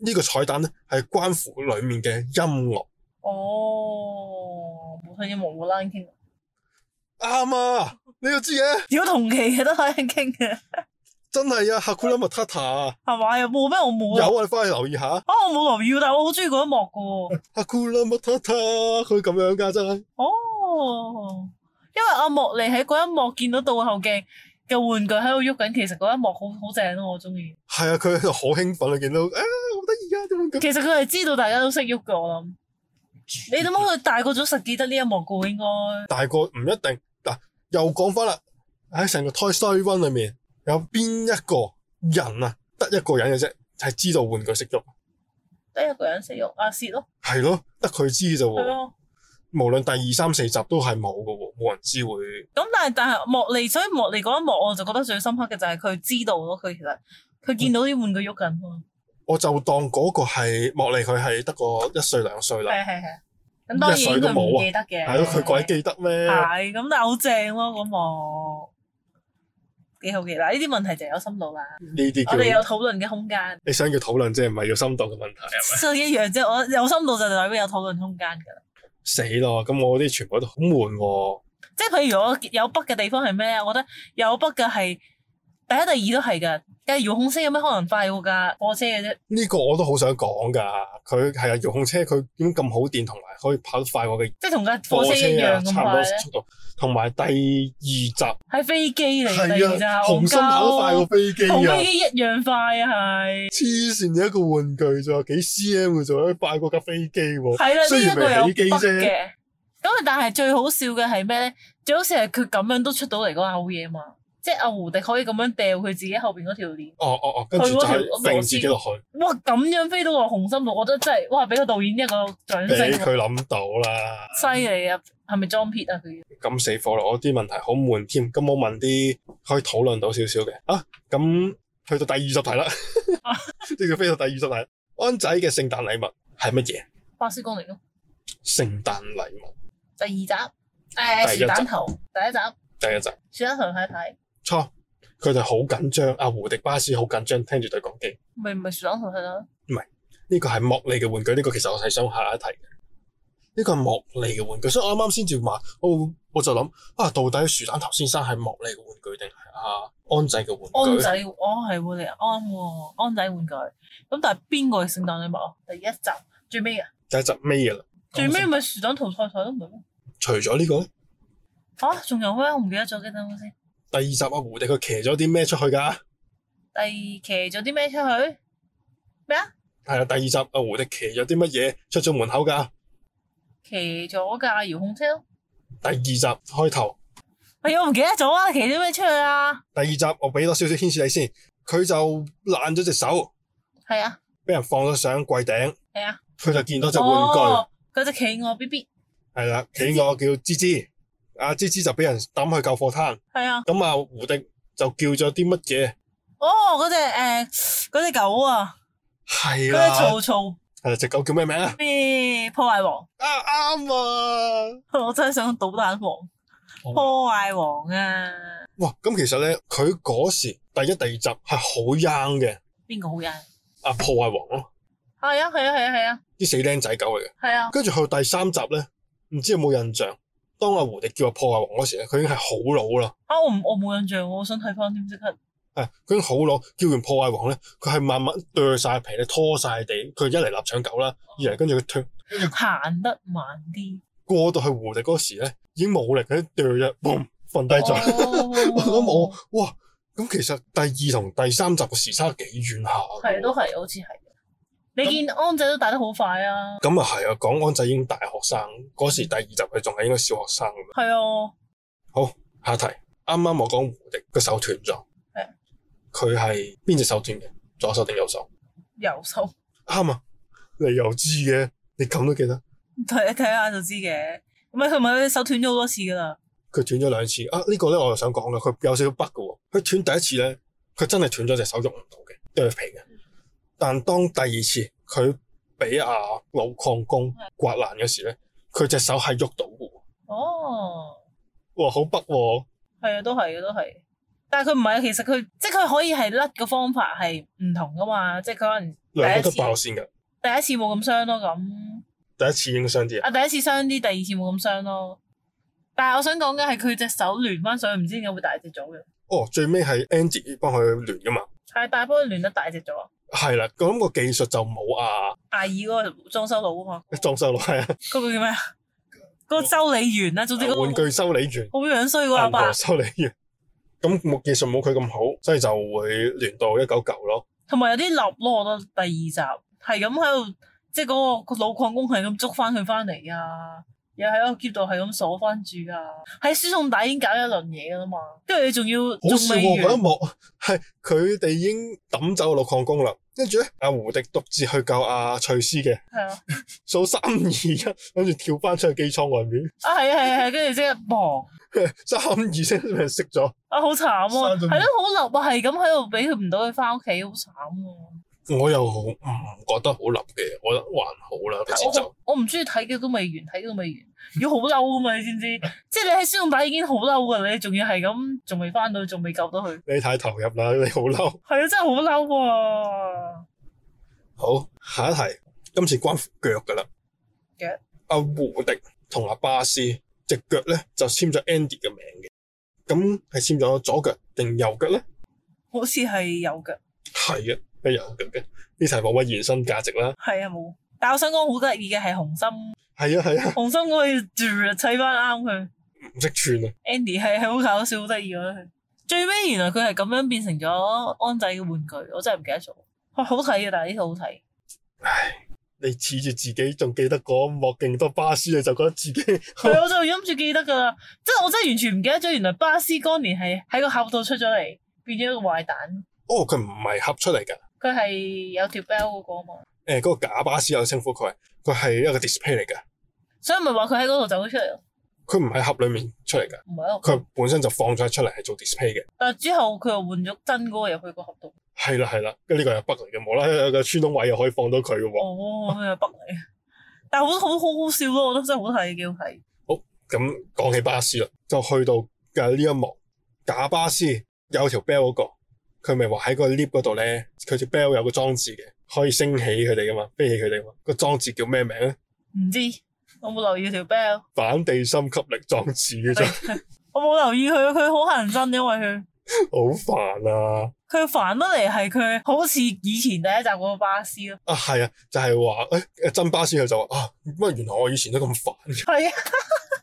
[SPEAKER 1] 呢個彩蛋咧係關乎裡面嘅音樂。
[SPEAKER 2] 哦，冇睇音樂冇啦傾，
[SPEAKER 1] 啱啊！你要知嘅，
[SPEAKER 2] 如果同期嘅都可以傾嘅，
[SPEAKER 1] 真係啊！哈庫拉麥塔塔
[SPEAKER 2] 係嘛？又冇咩我冇啊
[SPEAKER 1] 有啊，你翻去留意下。
[SPEAKER 2] 啊，我冇留意，但我好中意嗰一幕嘅喎。
[SPEAKER 1] 哈庫拉麥塔塔，佢咁樣㗎真係。
[SPEAKER 2] 哦，因為阿莫莉喺嗰一幕見到倒後鏡嘅玩具喺度喐緊，其實嗰一幕好好正咯，我中意。
[SPEAKER 1] 係啊，佢喺度好興奮啊！見到啊，好得意啊！點樣咁？
[SPEAKER 2] 其實佢係知道大家都識喐嘅，我諗。你諗下佢大個咗實記得呢一幕嘅喎應該。
[SPEAKER 1] 大個唔一定嗱，又講翻啦，喺成個 Toy Story One 裏面有邊一個人啊？得一個人嘅啫，係知道玩具識喐，
[SPEAKER 2] 得一個人識喐，阿薛咯，
[SPEAKER 1] 係咯，得佢知啫
[SPEAKER 2] 係
[SPEAKER 1] 喎。
[SPEAKER 2] 咯。
[SPEAKER 1] 無論第二三四集都係冇嘅喎，冇人知會。
[SPEAKER 2] 咁但係但係莫莉，所以莫莉嗰一幕我就覺得最深刻嘅就係佢知道咯，佢其實佢見到啲玩具喐緊喎。
[SPEAKER 1] 我就當嗰個係莫莉，佢係得個一歲兩歲啦。啊
[SPEAKER 2] 係係係。咁當然
[SPEAKER 1] 一水都
[SPEAKER 2] 佢
[SPEAKER 1] 冇
[SPEAKER 2] 唔
[SPEAKER 1] 啊
[SPEAKER 2] 記得嘅。
[SPEAKER 1] 係咯，佢鬼記得咩？
[SPEAKER 2] 係咁，但係好正咯嗰幕，幾好嘅啦！呢啲問題就有深度啦，
[SPEAKER 1] 呢啲
[SPEAKER 2] 我哋有
[SPEAKER 1] 叫
[SPEAKER 2] 討論嘅空間，
[SPEAKER 1] 你想叫討論啫，唔係要深度嘅問題係咪？
[SPEAKER 2] 所以一樣啫。我有深度就代表有討論空間㗎啦。
[SPEAKER 1] 死咯！咁我嗰啲全部都好悶喎。
[SPEAKER 2] 即係譬如我有北嘅地方係咩啊咧？我覺得有北嘅係第一、第二都係㗎。但係遙控車有咩可能快過架火車嘅啫？
[SPEAKER 1] 呢個我都好想講㗎，佢係啊，遙控車佢點解咁好電，同埋可以跑得快過嘅
[SPEAKER 2] 即係同架火
[SPEAKER 1] 火
[SPEAKER 2] 車一
[SPEAKER 1] 車啊，
[SPEAKER 2] 樣咁
[SPEAKER 1] 差唔
[SPEAKER 2] 快
[SPEAKER 1] 多
[SPEAKER 2] 咧？
[SPEAKER 1] 速度。同埋第二集
[SPEAKER 2] 係飛機嚟嘅第二
[SPEAKER 1] 係
[SPEAKER 2] 隻
[SPEAKER 1] 啊，紅心跑得快過飛機
[SPEAKER 2] 同
[SPEAKER 1] 啊
[SPEAKER 2] 飛！機一樣快啊，係。
[SPEAKER 1] 黐線嘅一個玩具咋，幾 cm 嘅咋，快過架飛機喎。
[SPEAKER 2] 係啦，呢
[SPEAKER 1] 雖
[SPEAKER 2] 一
[SPEAKER 1] 然
[SPEAKER 2] 個有
[SPEAKER 1] 未起機
[SPEAKER 2] 北
[SPEAKER 1] 啫，
[SPEAKER 2] 嘅。咁啊，但係最好笑嘅係咩咧？最好笑係佢咁樣都出到嚟嗰下好嘢嘛！即係阿胡迪可以咁樣掉佢自己後邊嗰條鏈，
[SPEAKER 1] 哦哦哦，跟住就係掟自己落去，
[SPEAKER 2] 哇！咁樣飛到個紅心度，我覺得真係哇！俾個導演一個掌
[SPEAKER 1] 俾
[SPEAKER 2] 聲，
[SPEAKER 1] 佢諗到啦。
[SPEAKER 2] 犀利啊！係咪裝撇啊？佢
[SPEAKER 1] 咁死火啦！我啲問題好悶添，咁我問啲可以討論到少少嘅啊。咁去到第二十題啦，直接飛到第二十題。安仔嘅聖誕禮物係乜嘢？
[SPEAKER 2] 巴斯光年咯，
[SPEAKER 1] 聖誕禮物
[SPEAKER 2] 第二集誒
[SPEAKER 1] 第一
[SPEAKER 2] 樹
[SPEAKER 1] 集
[SPEAKER 2] 蛋頭第一集
[SPEAKER 1] 第一集
[SPEAKER 2] 樹蛋頭睇睇，
[SPEAKER 1] 錯，佢哋好緊張。阿胡迪巴斯好緊張，聽住對講機。
[SPEAKER 2] 咪唔係樹蛋頭睇睇，
[SPEAKER 1] 呢個係莫利嘅玩具，呢、個其實我係想下一題嘅。呢個係莫利嘅玩具，所以我啱啱先至話，我我就諗啊，到底樹蛋頭先生係莫利嘅玩具定係啊安仔嘅玩
[SPEAKER 2] 安
[SPEAKER 1] 具？
[SPEAKER 2] 仔哦係喎，你安喎安仔玩具，咁但係邊個嘅聖誕禮物啊？第一集最尾啊，
[SPEAKER 1] 第一集尾嘅啦，
[SPEAKER 2] 最尾咪樹蛋淘汰賽都唔係咩？
[SPEAKER 1] 除咗呢個咧，
[SPEAKER 2] 啊，仲有咩？我唔記得咗嘅，等我先。
[SPEAKER 1] 第二集阿胡迪佢騎咗啲咩出去㗎？
[SPEAKER 2] 第二期做啲咩出去？咩啊？
[SPEAKER 1] 係啊，第二集阿胡迪騎咗啲乜嘢出咗門口㗎？
[SPEAKER 2] 騎咗架遙控車咯。
[SPEAKER 1] 第二集開頭，
[SPEAKER 2] 哎呀，我唔記得咗啊！騎啲咩出去啊？
[SPEAKER 1] 第二集我俾多少少牽涉你先，佢就爛咗隻手，
[SPEAKER 2] 係啊，
[SPEAKER 1] 俾人放咗上櫃頂，
[SPEAKER 2] 係啊。
[SPEAKER 1] 佢就見到隻玩具。
[SPEAKER 2] 哦，嗰只企鵝 B B。
[SPEAKER 1] 係啦，企鵝叫芝芝，阿芝芝就俾人抌去救火攤，
[SPEAKER 2] 係啊。
[SPEAKER 1] 咁啊胡迪就叫咗啲乜嘢？
[SPEAKER 2] 哦，嗰只誒，嗰只狗啊，
[SPEAKER 1] 係
[SPEAKER 2] 嗰只
[SPEAKER 1] 啦，
[SPEAKER 2] 曹曹
[SPEAKER 1] 係啦，只狗叫咩名啊？
[SPEAKER 2] 咩破壞王？ (laughs)
[SPEAKER 1] 啊啱啊！
[SPEAKER 2] 我真係想搗蛋王、破壞王啊！
[SPEAKER 1] 哇，咁其實咧，佢嗰時第一、第二集係好 young 嘅，
[SPEAKER 2] 邊個好人？
[SPEAKER 1] 啊破壞王咯，
[SPEAKER 2] 係啊，係啊，係啊，係啊，
[SPEAKER 1] 啲死僆仔狗嚟嘅。
[SPEAKER 2] 係啊。
[SPEAKER 1] 跟住去到第三集咧，唔知有冇印象？當阿胡迪叫阿破壞王嗰時咧，佢已經係好老啦，
[SPEAKER 2] 啊，我唔我冇印象喎，我想睇翻添即刻。
[SPEAKER 1] 係佢已經好老。叫完破壞王咧，佢係慢慢剁晒皮咧，拖晒地。佢一嚟臘腸狗啦，二嚟跟住佢脱
[SPEAKER 2] 行得慢啲。
[SPEAKER 1] 過到去湖地嗰時咧，已經冇力，佢掉咗，嘣瞓低咗。
[SPEAKER 2] 哦
[SPEAKER 1] 我諗我哇，咁其實第二同第三集嘅時差幾遠下㗎喎。
[SPEAKER 2] 係都係，好似係。你見安仔都大得好快啊！
[SPEAKER 1] 咁啊係啊，講安仔已經大學生嗰時，第二集佢仲係應該小學生咁樣。
[SPEAKER 2] 係啊，
[SPEAKER 1] 下一題，啱啱我講胡迪個手斷咗
[SPEAKER 2] 係，
[SPEAKER 1] 佢係邊隻手斷嘅？左手定右手？
[SPEAKER 2] 右手 (laughs)
[SPEAKER 1] 啱啊，你又知嘅，你咁都記得。
[SPEAKER 2] 睇睇下就知嘅。唔係佢唔係佢手斷咗好多次噶啦。
[SPEAKER 1] 佢斷咗兩次啊！呢、個咧我又想講嘅，佢有少少北嘅喎。佢斷第一次咧，佢真係斷咗隻手喐唔到嘅，剁皮嘅。但當第二次佢俾阿老礦工刮爛嗰時咧，佢隻手係喐到嘅喎。
[SPEAKER 2] 哦，
[SPEAKER 1] 哇，好北喎！
[SPEAKER 2] 係啊，都係嘅，都係。但係佢唔係啊，其實佢即係佢可以係甩嘅方法係唔同噶嘛，即係佢可能
[SPEAKER 1] 兩
[SPEAKER 2] 第
[SPEAKER 1] 個
[SPEAKER 2] 一
[SPEAKER 1] 都
[SPEAKER 2] 次
[SPEAKER 1] 爆線嘅，
[SPEAKER 2] 第一次冇咁傷咯，咁
[SPEAKER 1] 第一次影相啲人
[SPEAKER 2] 啊第一次傷啲，第二次冇咁傷咯。但係我想講嘅係佢隻手連翻上去，唔知點解會大隻咗嘅，
[SPEAKER 1] 哦，最尾係 Andy 幫佢聯㗎嘛。
[SPEAKER 2] 係大波連得大隻咗。
[SPEAKER 1] 係啦，我諗個技術就冇啊
[SPEAKER 2] 大二嗰個裝修佬啊嘛。
[SPEAKER 1] 裝修佬係啊，
[SPEAKER 2] 嗰個叫咩啊？嗰個修理員啊啦，總之嗰個
[SPEAKER 1] 玩具修理員、
[SPEAKER 2] 好樣衰嗰個阿
[SPEAKER 1] 銀
[SPEAKER 2] 伯
[SPEAKER 1] 河，修理員，咁冇技術冇佢咁好，所以就會聯到一九九咯。
[SPEAKER 2] 同埋有啲立咯，我覺得第二集係咁喺度，即係嗰個老礦工係咁捉翻佢翻嚟啊，又喺個箧度係咁鎖翻住啊，喺輸送帶已經搞一輪嘢㗎啦嘛，跟住你仲要
[SPEAKER 1] 好
[SPEAKER 2] 仲
[SPEAKER 1] 笑喎！嗰
[SPEAKER 2] 未
[SPEAKER 1] 一
[SPEAKER 2] 完，
[SPEAKER 1] 幕係佢哋已經抌走老礦工啦，跟住咧阿胡迪獨自去救阿翠絲嘅，
[SPEAKER 2] 係啊，
[SPEAKER 1] 數三二一，跟住跳翻出去機艙外面， (laughs)
[SPEAKER 2] 啊係啊係啊係啊，跟住即刻砰
[SPEAKER 1] 三二聲俾人熄咗。
[SPEAKER 2] 啊好慘啊，
[SPEAKER 1] 閂咗門
[SPEAKER 2] 係咯好立啊，係咁喺度俾佢唔到佢翻屋企，好慘啊！
[SPEAKER 1] 我又好唔覺得好立嘅，我覺得還好啦個節奏。
[SPEAKER 2] 我唔中意睇嘅都未完，睇嘅都未完，要好嬲噶啊嘛，你知唔知？即係你喺書版已經好嬲噶，你仲要係咁，仲未翻到，仲未救到佢，
[SPEAKER 1] 你太投入啦，你好嬲。
[SPEAKER 2] 係啊，真係好嬲喎！
[SPEAKER 1] 好，下一題，今次關乎腳噶啦。
[SPEAKER 2] 腳
[SPEAKER 1] 阿胡迪同阿巴斯只腳咧就簽咗 Andy 嘅名嘅，咁係簽咗左腳定右腳咧？
[SPEAKER 2] 好似係有嘅，
[SPEAKER 1] 係啊，係右腳嘅。呢題冇乜延伸價值啦。
[SPEAKER 2] 係啊冇。但我想講好得意嘅係紅心，
[SPEAKER 1] 係啊係啊， (laughs)
[SPEAKER 2] 紅心嗰個要住砌翻啱佢。
[SPEAKER 1] 唔識串啊。
[SPEAKER 2] Andy 係係好搞笑，好得意啊！佢最尾原來佢係咁樣變成咗安仔嘅玩具，我真係唔記得咗。哇好睇嘅，啊但係呢套好睇。
[SPEAKER 1] 唉，你恃住自己仲記得嗰一幕勁多巴斯，你就覺得自己 (laughs)
[SPEAKER 2] 係啊，我就諗住記得噶啦，即係我真係完全唔記得咗，原來巴斯光年係喺個盒度出咗嚟，變咗一個壞蛋。
[SPEAKER 1] 哦，佢唔係合出嚟㗎。
[SPEAKER 2] 佢係有條 bell 嗰個嘛，
[SPEAKER 1] 誒、嗰、個假巴斯有稱呼佢係，佢係一個 display 嚟㗎，
[SPEAKER 2] 所以咪話佢喺嗰度走咗出嚟咯，
[SPEAKER 1] 佢唔喺盒裡面出嚟㗎，
[SPEAKER 2] 唔係咯。
[SPEAKER 1] 佢本身就放咗出嚟係做 display 嘅。
[SPEAKER 2] 但係之後佢又換咗真嗰個入去個盒度。
[SPEAKER 1] 係啦係啦，跟住呢個又北嚟嘅，無啦啦有個穿窿位又可以放到佢嘅喎。
[SPEAKER 2] 哦，咁又北嚟，但係好好好好笑咯，我覺得真係好睇，幾好睇。
[SPEAKER 1] 咁講起巴士啦，就去到呃嘅呢一幕，假巴士有條 bell 嗰、個，佢咪話喺個 lift 嗰度咧，佢條 bell 有個裝置嘅，可以升起佢哋噶嘛，飛起佢哋噶嘛。個裝置叫咩名咧？
[SPEAKER 2] 唔知我冇留意條 bell，
[SPEAKER 1] 反地心吸力裝置嘅啫，
[SPEAKER 2] 我冇留意佢，佢好乞人憎，因為佢
[SPEAKER 1] 好煩啊！
[SPEAKER 2] 佢煩得嚟係佢好似以前第一集嗰個巴斯咯。
[SPEAKER 1] 啊，係啊，就係話誒真巴士佢就話啊，乜原來我以前都咁煩嘅，
[SPEAKER 2] 系啊，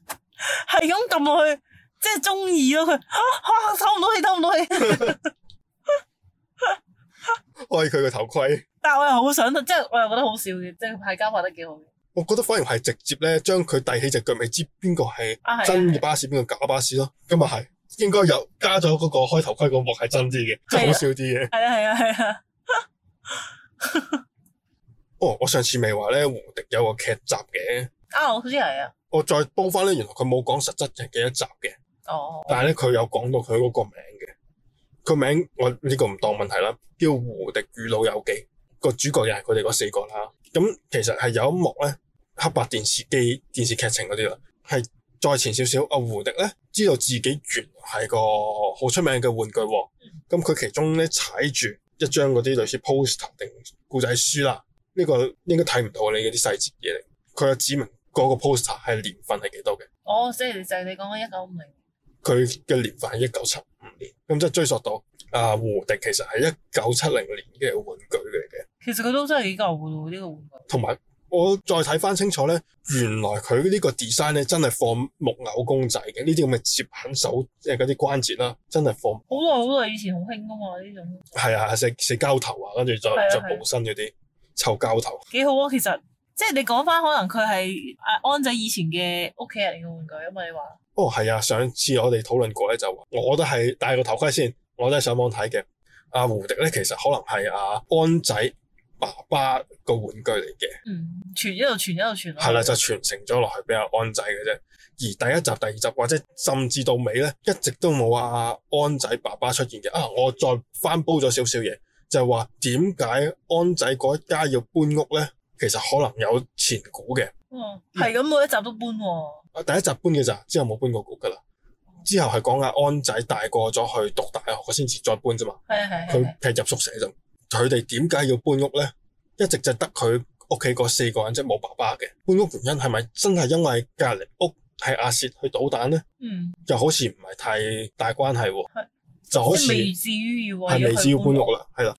[SPEAKER 2] (laughs) 系咁揿落去，即系中意咯佢，啊唞唔到氣，唞唔到氣。
[SPEAKER 1] 開佢個頭盔。
[SPEAKER 2] 但系我又好想，即係我又覺得好笑嘅，即係派膠拍得幾好嘅。
[SPEAKER 1] 我覺得反而係直接咧，將佢遞起只腳，咪知邊個係
[SPEAKER 2] 啊係啊
[SPEAKER 1] 真嘅巴士，邊個假巴士咯。咁啊係，應該又加咗嗰個開頭盔嗰幕係真啲嘅，
[SPEAKER 2] 係啊
[SPEAKER 1] 就好笑啲嘅。
[SPEAKER 2] 係啊係啊係啊，
[SPEAKER 1] 哦，我上次咪話咧，胡迪有個劇集嘅，
[SPEAKER 2] 啊我好似係啊，
[SPEAKER 1] 我再煲翻咧，原來佢冇講實質係幾多集嘅，
[SPEAKER 2] 哦
[SPEAKER 1] 但係咧佢有講到佢嗰個名嘅。佢名我呢、個唔當問題啦，叫《胡迪與老友記》，個主角又係佢哋嗰四個啦。咁其實係有一幕咧，黑白電視機電視劇情嗰啲啦，係再前少少，阿胡迪咧知道自己原來係個好出名嘅玩具喎。咁佢其中咧踩住一張嗰啲類似 poster 定故仔書啦，呢、個應該睇唔到你嗰啲細節嘢嚟。佢有指明嗰個 poster 係年份係幾多嘅。
[SPEAKER 2] 哦，即係就係你講緊一九五零，
[SPEAKER 1] 佢嘅年份係一九七五年，咁即係追溯到啊胡迪其實係一九七零年嘅玩具嚟嘅，
[SPEAKER 2] 其實佢都真係幾舊嘅喎呢個玩具。
[SPEAKER 1] 同埋我再睇翻清楚咧，原來佢呢個 design 咧真係放木偶公仔嘅，呢啲咁嘅接痕手即係嗰啲關節啦，真係放
[SPEAKER 2] 好耐好耐以前好興噶嘛呢種，
[SPEAKER 1] 係啊四四膠頭啊，跟住再
[SPEAKER 2] 係啊
[SPEAKER 1] 再
[SPEAKER 2] 係啊
[SPEAKER 1] 補身嗰啲臭膠頭，
[SPEAKER 2] 幾好啊其實。即係你講翻，可能佢係阿安仔以前嘅屋企人嘅玩具，因為你話
[SPEAKER 1] 哦係啊，上次我哋討論過咧就話，我都係戴個頭盔先，我都係上網睇嘅。阿、胡迪咧其實可能係阿安仔爸爸個玩具嚟嘅。
[SPEAKER 2] 嗯傳一路傳一路傳落去。
[SPEAKER 1] 係啦，就傳承咗落去俾阿安仔嘅啫。而第一集、第二集或者甚至到尾咧，一直都冇阿安仔爸爸出現嘅。啊，我再翻煲咗少少嘢，就係話點解安仔嗰一家要搬屋咧？其實可能有前古嘅。
[SPEAKER 2] 嗯係咁每一集都搬喎。
[SPEAKER 1] 啊第一集搬嘅咋，之後冇搬過屋噶啦。之後係講阿安仔大個咗去讀大學先至再搬啫嘛。
[SPEAKER 2] 係係係啊係
[SPEAKER 1] 佢係入宿舍啫。佢哋點解要搬屋咧？一直就得佢屋企嗰四個人即係冇爸爸嘅。搬屋原因係咪真係因為隔離屋係阿薛去搗蛋咧？
[SPEAKER 2] 嗯，
[SPEAKER 1] 又好似唔係太大關係喎
[SPEAKER 2] 係，
[SPEAKER 1] 就好
[SPEAKER 2] 即係
[SPEAKER 1] 似
[SPEAKER 2] 未至於要為
[SPEAKER 1] 係未
[SPEAKER 2] 咗
[SPEAKER 1] 至於
[SPEAKER 2] 佢
[SPEAKER 1] 搬屋啦，係啦。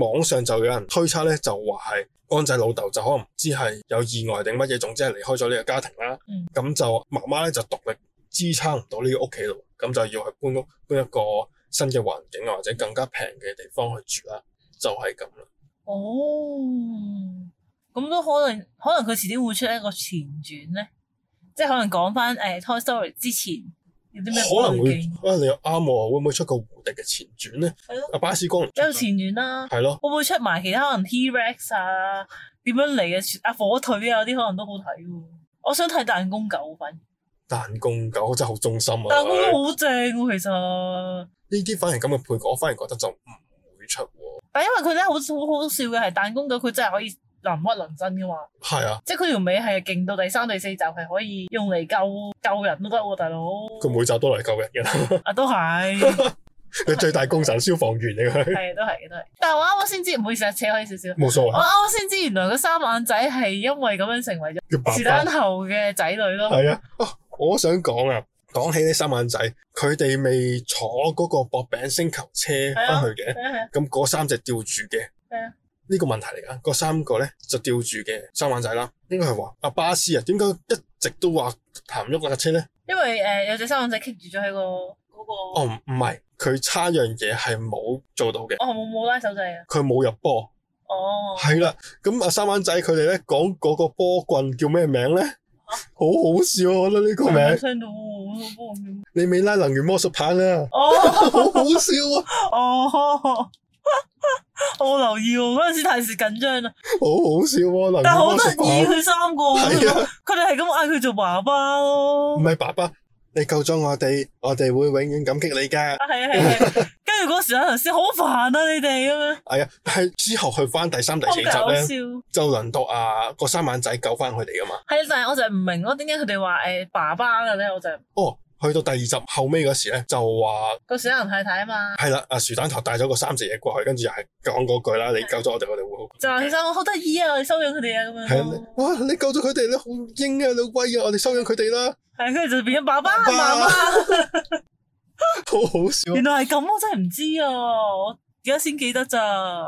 [SPEAKER 1] 網上就有人推測咧，就話係安仔老豆就可能唔知係有意外定乜嘢，總之係離開咗呢個家庭啦
[SPEAKER 2] 嗯。
[SPEAKER 1] 咁、就媽媽咧就獨力支撐唔到呢個屋企咯，咁就要去搬屋，搬一個新嘅環境啊，或者更加平嘅地方去住啦，就係咁啦。
[SPEAKER 2] 哦，咁都可能，可能佢遲啲會出一個前傳咧，即係可能講翻誒 Toy Story 之前有啲
[SPEAKER 1] 可能
[SPEAKER 2] 咩背
[SPEAKER 1] 會
[SPEAKER 2] 景，
[SPEAKER 1] 啊，你又啱喎，會唔會出個胡迪嘅前傳咧？
[SPEAKER 2] 係咯，
[SPEAKER 1] 阿巴斯光年出
[SPEAKER 2] 有
[SPEAKER 1] 咗
[SPEAKER 2] 前傳啦，
[SPEAKER 1] 係咯，
[SPEAKER 2] 會唔會出埋其他可能 T-Rex 啊，點樣嚟嘅啊火腿啊嗰啲可能都好睇喎。我想睇彈弓狗，反
[SPEAKER 1] 哦
[SPEAKER 2] 而
[SPEAKER 1] 彈弓狗真係好忠心啊！
[SPEAKER 2] 彈弓狗好正喎，其實
[SPEAKER 1] 呢啲反而咁嘅配角，我反而覺得就唔會出喎。
[SPEAKER 2] 但因為佢咧好好好笑嘅係彈弓到佢真係可以能屈能伸噶嘛，
[SPEAKER 1] 係啊，
[SPEAKER 2] 即係佢條尾係勁到第三第四集係可以用嚟救救人都得喎，大佬
[SPEAKER 1] 佢每集都嚟救人嘅
[SPEAKER 2] (laughs)
[SPEAKER 1] 啦，
[SPEAKER 2] 啊
[SPEAKER 1] (laughs)
[SPEAKER 2] 都係係
[SPEAKER 1] 佢最大功臣消防員嚟佢，
[SPEAKER 2] 都係嘅都係。但係我啱啱先知，唔好意思啊，扯開少少。
[SPEAKER 1] 冇所
[SPEAKER 2] 我
[SPEAKER 1] 謂，
[SPEAKER 2] 啱啱先知，原來嗰三眼仔係因為咁樣成為咗
[SPEAKER 1] 叫爸
[SPEAKER 2] 是
[SPEAKER 1] 爸
[SPEAKER 2] 丹。後嘅仔女咯。
[SPEAKER 1] 係啊，啊，我都想講啊，講起呢三眼仔，佢哋未坐嗰個薄餅星球車翻去嘅，
[SPEAKER 2] 係啊
[SPEAKER 1] 咁嗰三隻吊住嘅
[SPEAKER 2] 係啊，
[SPEAKER 1] 呢個問題嚟噶，嗰三個咧就吊住嘅三眼仔啦，應該係話阿巴斯啊，點解一直都話譚喐架車咧？
[SPEAKER 2] 因為誒有隻三眼仔棘住咗喺個嗰個，
[SPEAKER 1] 哦，唔唔係，佢差樣嘢係冇做到嘅，
[SPEAKER 2] 哦冇冇拉手掣啊，
[SPEAKER 1] 佢冇入波，
[SPEAKER 2] 哦
[SPEAKER 1] 係啦，咁阿三眼仔佢哋咧講嗰個波棍叫咩名咧？好好笑啊，我覺得呢個名，
[SPEAKER 2] 聽到喎
[SPEAKER 1] 你美拉能源魔術棒啊，
[SPEAKER 2] 哦
[SPEAKER 1] 好好笑啊！
[SPEAKER 2] 哦， (laughs) 我留意喎，嗰陣時太時緊張啦，
[SPEAKER 1] 好好笑啊喎、能
[SPEAKER 2] 但係好
[SPEAKER 1] 魔
[SPEAKER 2] 得
[SPEAKER 1] 術
[SPEAKER 2] 意
[SPEAKER 1] 棒
[SPEAKER 2] 佢三個，
[SPEAKER 1] 係啊，
[SPEAKER 2] 佢哋係咁嗌佢做爸爸咯
[SPEAKER 1] 唔，係爸爸，你救咗我哋，我哋會永遠感激你噶。
[SPEAKER 2] 啊係啊係啊係啊，跟住嗰時有陣時好煩啊你哋咁樣，
[SPEAKER 1] 係啊，但係之後去翻第三、第
[SPEAKER 2] 好
[SPEAKER 1] 四集
[SPEAKER 2] 搞
[SPEAKER 1] 咧，
[SPEAKER 2] 笑。
[SPEAKER 1] 就輪到啊個三眼仔救翻佢哋噶嘛。
[SPEAKER 2] 係，啊但係我就係唔明咯，點解佢哋話誒爸爸嘅咧？我就
[SPEAKER 1] 哦，去到第二集後尾嗰時咧，就話
[SPEAKER 2] 個小人太太啊嘛，
[SPEAKER 1] 係啦，阿薯蛋頭帶咗個三隻嘢過去，跟住又係講嗰句啦，你救咗我哋，我哋會好。
[SPEAKER 2] 就話其實我好得意啊，我哋收養佢哋啊咁
[SPEAKER 1] 係
[SPEAKER 2] 樣
[SPEAKER 1] 啊
[SPEAKER 2] 咯，
[SPEAKER 1] 你，哇！你救咗佢哋咧，好英啊，老威啊，我哋收養佢哋啦， (laughs)
[SPEAKER 2] 係啊跟住就變咗爸爸
[SPEAKER 1] 爸爸
[SPEAKER 2] 媽媽，
[SPEAKER 1] 好好笑啊。
[SPEAKER 2] 原來係咁，我真係唔知啊，我而家先記得咋，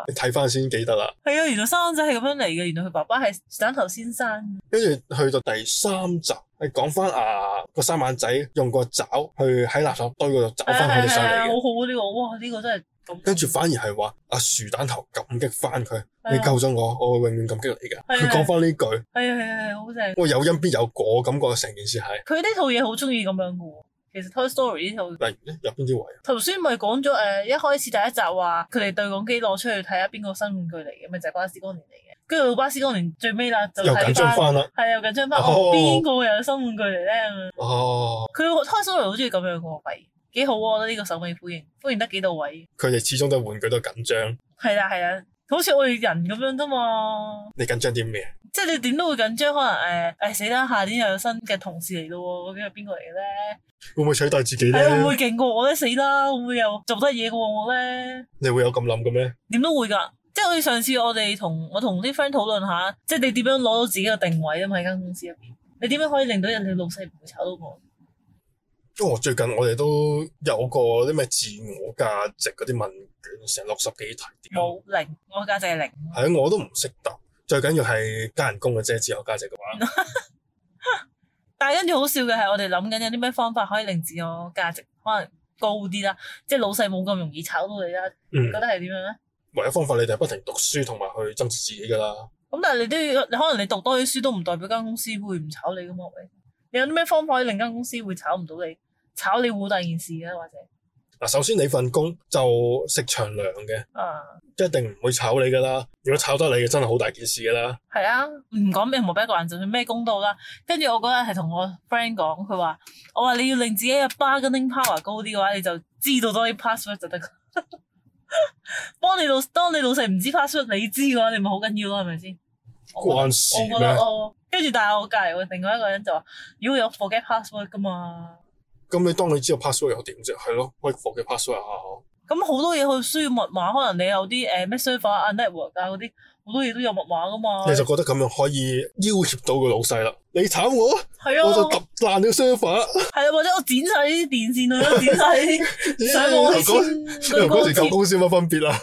[SPEAKER 1] 你睇翻先記得啦。
[SPEAKER 2] 係啊，原來生仔係咁樣嚟嘅，原來佢爸爸係蛋頭先生，
[SPEAKER 1] 跟住去到第三集，係講翻啊個三眼仔用個爪去喺垃圾堆嗰度找
[SPEAKER 2] 係
[SPEAKER 1] 翻佢哋
[SPEAKER 2] 係
[SPEAKER 1] 上
[SPEAKER 2] 係，
[SPEAKER 1] 嚟
[SPEAKER 2] 好
[SPEAKER 1] 嘅，
[SPEAKER 2] 好啊呢個，哇呢個真係咁，
[SPEAKER 1] 跟住反而係話阿薯蛋頭感激翻佢，
[SPEAKER 2] 係啊
[SPEAKER 1] 你救咗我，我會永遠感激你噶。
[SPEAKER 2] 係啊
[SPEAKER 1] 佢講翻呢句，
[SPEAKER 2] 係啊係啊係啊好正，
[SPEAKER 1] 我有因必有果，感覺成件事係。
[SPEAKER 2] 佢呢套嘢好中意咁樣嘅喎，其實 Toy Story 呢套。
[SPEAKER 1] 例如咧，入邊啲位啊，
[SPEAKER 2] 頭先咪講咗誒，一開始第一集話佢哋對講機攞出去睇下邊個新玩具嚟嘅，咪就係巴斯光年嚟嘅。跟住巴斯光年最尾啦，就
[SPEAKER 1] 又緊
[SPEAKER 2] 睇
[SPEAKER 1] 張
[SPEAKER 2] 翻，
[SPEAKER 1] 翻啦。
[SPEAKER 2] 係又緊張翻，
[SPEAKER 1] 哦
[SPEAKER 2] 哦邊個又有新玩具嚟咧？咁樣
[SPEAKER 1] 哦，
[SPEAKER 2] 佢 Toy Story 好中意咁樣嘅喎，發現幾好啊！我覺得呢個首尾呼應，呼應得幾到位。
[SPEAKER 1] 佢哋始終都係玩具都緊張，
[SPEAKER 2] 係啦係啦，好似我哋人咁樣啫嘛，
[SPEAKER 1] 你緊張啲咩？
[SPEAKER 2] 即係你點都會緊張，可能誒誒、死啦！下年又有新嘅同事嚟咯喎，究竟係邊個嚟嘅咧？
[SPEAKER 1] 會唔會取代自己咧？
[SPEAKER 2] 係會唔會勁過我咧？死啦！會唔會又做得嘢過我咧？
[SPEAKER 1] 你會有咁諗嘅咩？
[SPEAKER 2] 點都會㗎。即係好似上次我哋同我同啲 friend 討論下，即係你點樣攞到自己嘅定位啊嘛喺間公司入邊，你點樣可以令到人哋老細唔會炒到我？
[SPEAKER 1] 哦，最近我哋都有個啲咩自我價值嗰啲問卷，成六十幾題點樣
[SPEAKER 2] 冇零，我價值係零。
[SPEAKER 1] 係啊，我都唔識答。最緊要係加人工嘅啫，自我價值嘅話，
[SPEAKER 2] 但係跟住好笑嘅係，我哋諗緊有啲咩方法可以令自我價值可能高啲啦，即係老細冇咁容易炒到你啦。
[SPEAKER 1] 嗯
[SPEAKER 2] 你覺得係點樣咧？
[SPEAKER 1] 唯一方法你就係不停讀書同埋去增值自己噶啦。
[SPEAKER 2] 咁但係你都要，你可能你讀多啲書都唔代表間公司會唔炒你噶嘛？喂，你有啲咩方法可以令間公司會炒唔到你？炒你會第二件事嘅或者
[SPEAKER 1] 嗱，首先你份工就食長糧嘅，
[SPEAKER 2] 啊。
[SPEAKER 1] 一定唔會炒你噶啦。如果炒得你嘅，真係好大件事噶啦。
[SPEAKER 2] 係啊，唔講咩冇俾一個人，就算咩公道啦。跟住我嗰日係同我 friend 講，佢話：我話你要令自己嘅 bargaining power 高啲嘅話，你就知道多啲 password 就得㗎。 (laughs) 幫你老，當你老細唔知 password，你知嘅話，你咪好緊要咯，係咪先？我
[SPEAKER 1] 關事
[SPEAKER 2] 覺得我覺
[SPEAKER 1] 咩
[SPEAKER 2] 得？我跟住，但係我隔離另外一個人就話：如果有 forget password 噶嘛，
[SPEAKER 1] 咁你當你知道 password 又點啫？係咯，可以放嘅 password 啊。
[SPEAKER 2] 咁好多嘢佢需要密碼，可能你有啲誒咩 server 啊、network 啊嗰啲，好多嘢都有密碼噶嘛。
[SPEAKER 1] 你就覺得咁樣可以要挾到個老細啦。你炒我，
[SPEAKER 2] 係
[SPEAKER 1] 我就
[SPEAKER 2] 啊，
[SPEAKER 1] 揼爛你個 server。
[SPEAKER 2] 係啊，或者我剪晒呢啲電線佢，剪晒呢啲。上
[SPEAKER 1] 由
[SPEAKER 2] 網去
[SPEAKER 1] 嗰
[SPEAKER 2] 簽
[SPEAKER 1] 由嗰
[SPEAKER 2] 嗰個
[SPEAKER 1] 時舊
[SPEAKER 2] 唔
[SPEAKER 1] 公司有乜分別啦？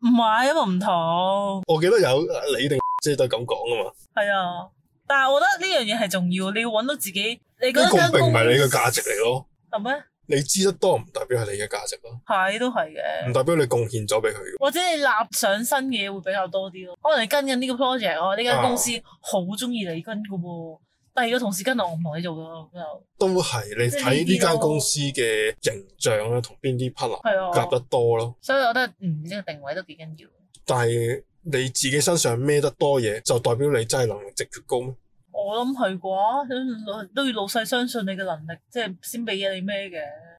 [SPEAKER 2] 唔係因為唔同，
[SPEAKER 1] (laughs) 我記得有你定即係都係咁講噶嘛。
[SPEAKER 2] 係啊。但係我覺得呢樣嘢係重要，你要揾到自己，你覺
[SPEAKER 1] 呢
[SPEAKER 2] 得
[SPEAKER 1] 個
[SPEAKER 2] 間
[SPEAKER 1] 並
[SPEAKER 2] 公
[SPEAKER 1] 唔係你嘅價值嚟咯。
[SPEAKER 2] 係咩？
[SPEAKER 1] 你知得多唔代表係你嘅價值咯，
[SPEAKER 2] 係都係
[SPEAKER 1] 唔
[SPEAKER 2] 嘅，
[SPEAKER 1] 代表你貢獻咗俾佢嘅。
[SPEAKER 2] 或者你立上身嘅嘢會比較多啲咯。可能你跟緊呢個 project，我呢哦
[SPEAKER 1] 啊
[SPEAKER 2] 間公司好中意你跟嘅喎。第二個同事跟我，我唔同你做㗎，咁就
[SPEAKER 1] 都係你睇呢間公司嘅形象啦，同邊啲 partner
[SPEAKER 2] 係
[SPEAKER 1] 夾得
[SPEAKER 2] 啊。
[SPEAKER 1] 多咯。
[SPEAKER 2] 所以我覺得嗯，呢個定位都幾緊要。
[SPEAKER 1] 但係你自己身上孭得多嘢，就代表你真係能力值越高咩？
[SPEAKER 2] 我諗係啩，都要老細相信你嘅能力，即係先俾嘢你咩嘅。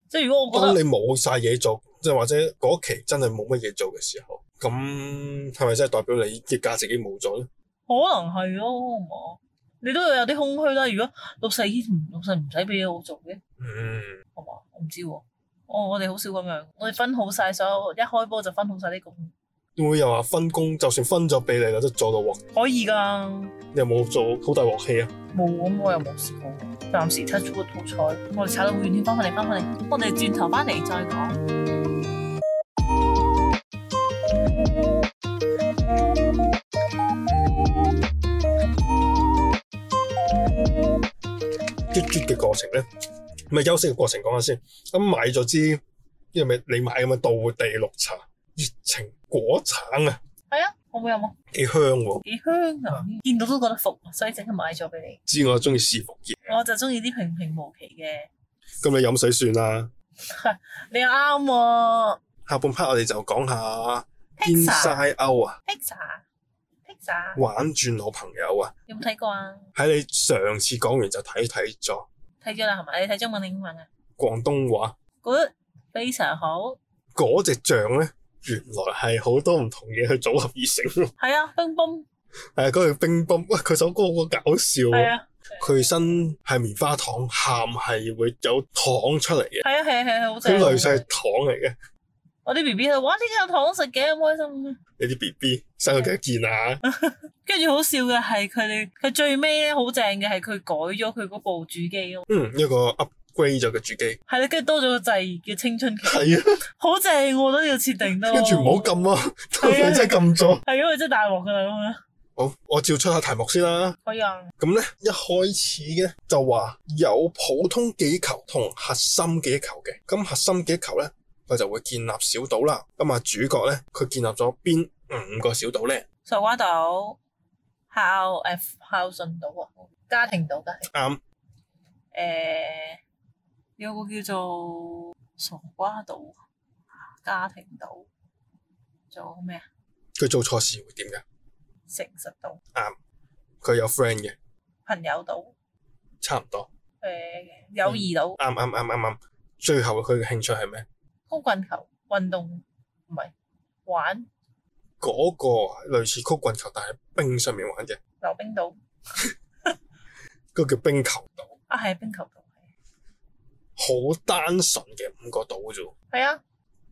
[SPEAKER 2] 即係如果我覺
[SPEAKER 1] 當
[SPEAKER 2] 得
[SPEAKER 1] 你冇晒嘢做，即係或者嗰期真係冇乜嘢做嘅時候，咁係咪真係代表你嘅價值已經冇咗咧？
[SPEAKER 2] 可能係咯，好唔好？你都會有啲空虛啦。如果老細依唔老細唔使俾嘢我做嘅，
[SPEAKER 1] 嗯，
[SPEAKER 2] 係嘛？我唔知喎。我我哋好少咁樣，我哋分好晒所有，一開波就分好晒啲工，
[SPEAKER 1] 會唔會又話分工，就算分咗俾你啦，都做到鑊，
[SPEAKER 2] 可以㗎。
[SPEAKER 1] 你有冇做好大鑊氣啊？
[SPEAKER 2] 冇咁，我又冇試過。暫時 touch wood 好彩，我哋炒到好遠添，翻返嚟，翻返嚟，我哋轉頭翻嚟再講。
[SPEAKER 1] 激啜嘅過程咧，咪休息嘅過程講下先。咁買咗支，因為你買咁嘅道地綠茶，熱情果橙啊，
[SPEAKER 2] 係啊，我冇飲啊，
[SPEAKER 1] 幾香喎。
[SPEAKER 2] 幾香啊！見到都覺得服，所以整係買咗俾
[SPEAKER 1] 知我中意試服嘢，
[SPEAKER 2] 你。我就中意啲平平無奇嘅，
[SPEAKER 1] 咁你飲水算啦。
[SPEAKER 2] 你又啱喎。
[SPEAKER 1] 下半 part 我哋就講下
[SPEAKER 2] Pizza
[SPEAKER 1] inside out 啊，
[SPEAKER 2] Pizza Pizza，
[SPEAKER 1] 玩轉我朋友啊。
[SPEAKER 2] 有冇睇過啊？
[SPEAKER 1] 喺你上次講完就睇睇咗
[SPEAKER 2] 睇咗啦，係咪？你睇中文定英文啊
[SPEAKER 1] 廣東話
[SPEAKER 2] ？Good，非常好。
[SPEAKER 1] 嗰只醬咧，原來係好多唔同嘢去組合而成。
[SPEAKER 2] 係啊，冰冰。
[SPEAKER 1] 係啊嗰條冰崩，哇！佢首歌好搞笑
[SPEAKER 2] 係
[SPEAKER 1] 喎。
[SPEAKER 2] 啊，
[SPEAKER 1] 佢身係棉花糖，喊係會有糖出嚟嘅，
[SPEAKER 2] 係啊，係啊，係啊，好
[SPEAKER 1] 佢
[SPEAKER 2] 正。
[SPEAKER 1] 類似係糖嚟嘅。
[SPEAKER 2] 我啲 B B 喺度，哇！呢家有糖食嘅，咁開心啊
[SPEAKER 1] 你啲 B B 生咗幾多件啊？
[SPEAKER 2] 嗯跟住好笑嘅係佢哋，佢最尾咧好正嘅係佢改咗佢嗰部主機咯，
[SPEAKER 1] 嗯，一個 upgrade 咗嘅主機，
[SPEAKER 2] 係啦，跟住多咗個掣叫青春期，
[SPEAKER 1] 係啊，
[SPEAKER 2] 好正喎我覺得呢個設定都。
[SPEAKER 1] 跟住唔好撳啊，
[SPEAKER 2] 哦係啊
[SPEAKER 1] 佢真係撳咗。
[SPEAKER 2] 係因為真係大鑊㗎啦咁樣。
[SPEAKER 1] 好，我照出下題目先啦。
[SPEAKER 2] 可以啊，
[SPEAKER 1] 咁咧，一開始嘅就話有普通幾球同核心幾球嘅。咁核心幾球咧，佢就會建立小島啦。咁啊，主角咧，佢建立咗邊五個小島咧？
[SPEAKER 2] 傻瓜島、孝誒孝順島啊、家庭島嘅
[SPEAKER 1] 啱，
[SPEAKER 2] 誒、有個叫做傻瓜島、家庭島，仲有咩啊？
[SPEAKER 1] 佢做錯事會點㗎？
[SPEAKER 2] 誠實島、
[SPEAKER 1] 佢有 friend 嘅，
[SPEAKER 2] 朋友島、
[SPEAKER 1] 差唔多。
[SPEAKER 2] 誒、友誼島、
[SPEAKER 1] 啱啱啱啱啱。最後佢嘅興趣係咩？
[SPEAKER 2] 曲棍球運動唔係玩
[SPEAKER 1] 嗰、個類似曲棍球，但係冰上面玩嘅，
[SPEAKER 2] 溜冰島
[SPEAKER 1] 嗰個叫冰球島。
[SPEAKER 2] 啊，係冰球島
[SPEAKER 1] 好單純嘅五個島啫喎，
[SPEAKER 2] 係啊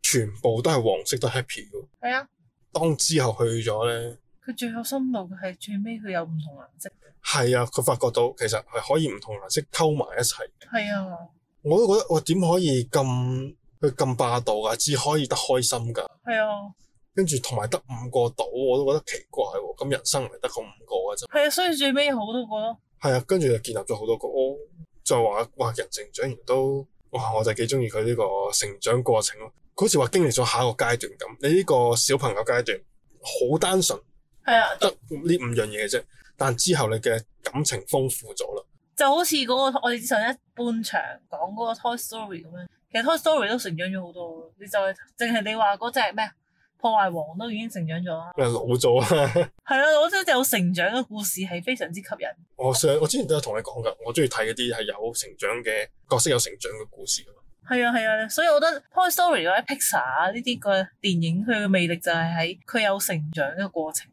[SPEAKER 1] 全部都係黃色，都 happy 嘅。
[SPEAKER 2] 係啊，
[SPEAKER 1] 當之後去咗咧，
[SPEAKER 2] 佢最有深度嘅係最尾佢有唔同顏色，
[SPEAKER 1] 係啊，佢發覺到其實係可以唔同顏色溝埋一齊。
[SPEAKER 2] 係啊
[SPEAKER 1] 我都覺得我點可以咁佢咁霸道啊？只可以得開心㗎。
[SPEAKER 2] 係啊
[SPEAKER 1] 跟住同埋得五個島，我都覺得奇怪喎。咁人生唔係得個五個嘅啫。
[SPEAKER 2] 係啊，所以最尾好多個咯，
[SPEAKER 1] 係啊，跟住就建立咗好多個屋，就話哇人成長完都哇，我就幾中意佢呢個成長過程咯。好似話經歷咗下一個階段咁，你呢個小朋友階段好單純，
[SPEAKER 2] 係啊，
[SPEAKER 1] 得呢五樣嘢嘅啫。但之後你嘅感情豐富咗啦，
[SPEAKER 2] 就好似嗰、個我哋上一半場講嗰個 Toy Story 咁樣，其實 Toy Story 都成長咗好多咯，你就係淨係你話嗰隻咩破壞王都已經成長咗啦，
[SPEAKER 1] 你老咗啦。 (laughs)
[SPEAKER 2] 係啊，我覺得有成長嘅故事係非常之吸引，
[SPEAKER 1] 我上我之前都有同你講㗎，我中意睇嗰啲係有成長嘅角色有成長嘅故事㗎嘛。
[SPEAKER 2] 係啊係啊，所以我覺得 Toy Story 或者 Pixar 啊呢啲個電影佢嘅魅力就係喺佢有成長嘅過程，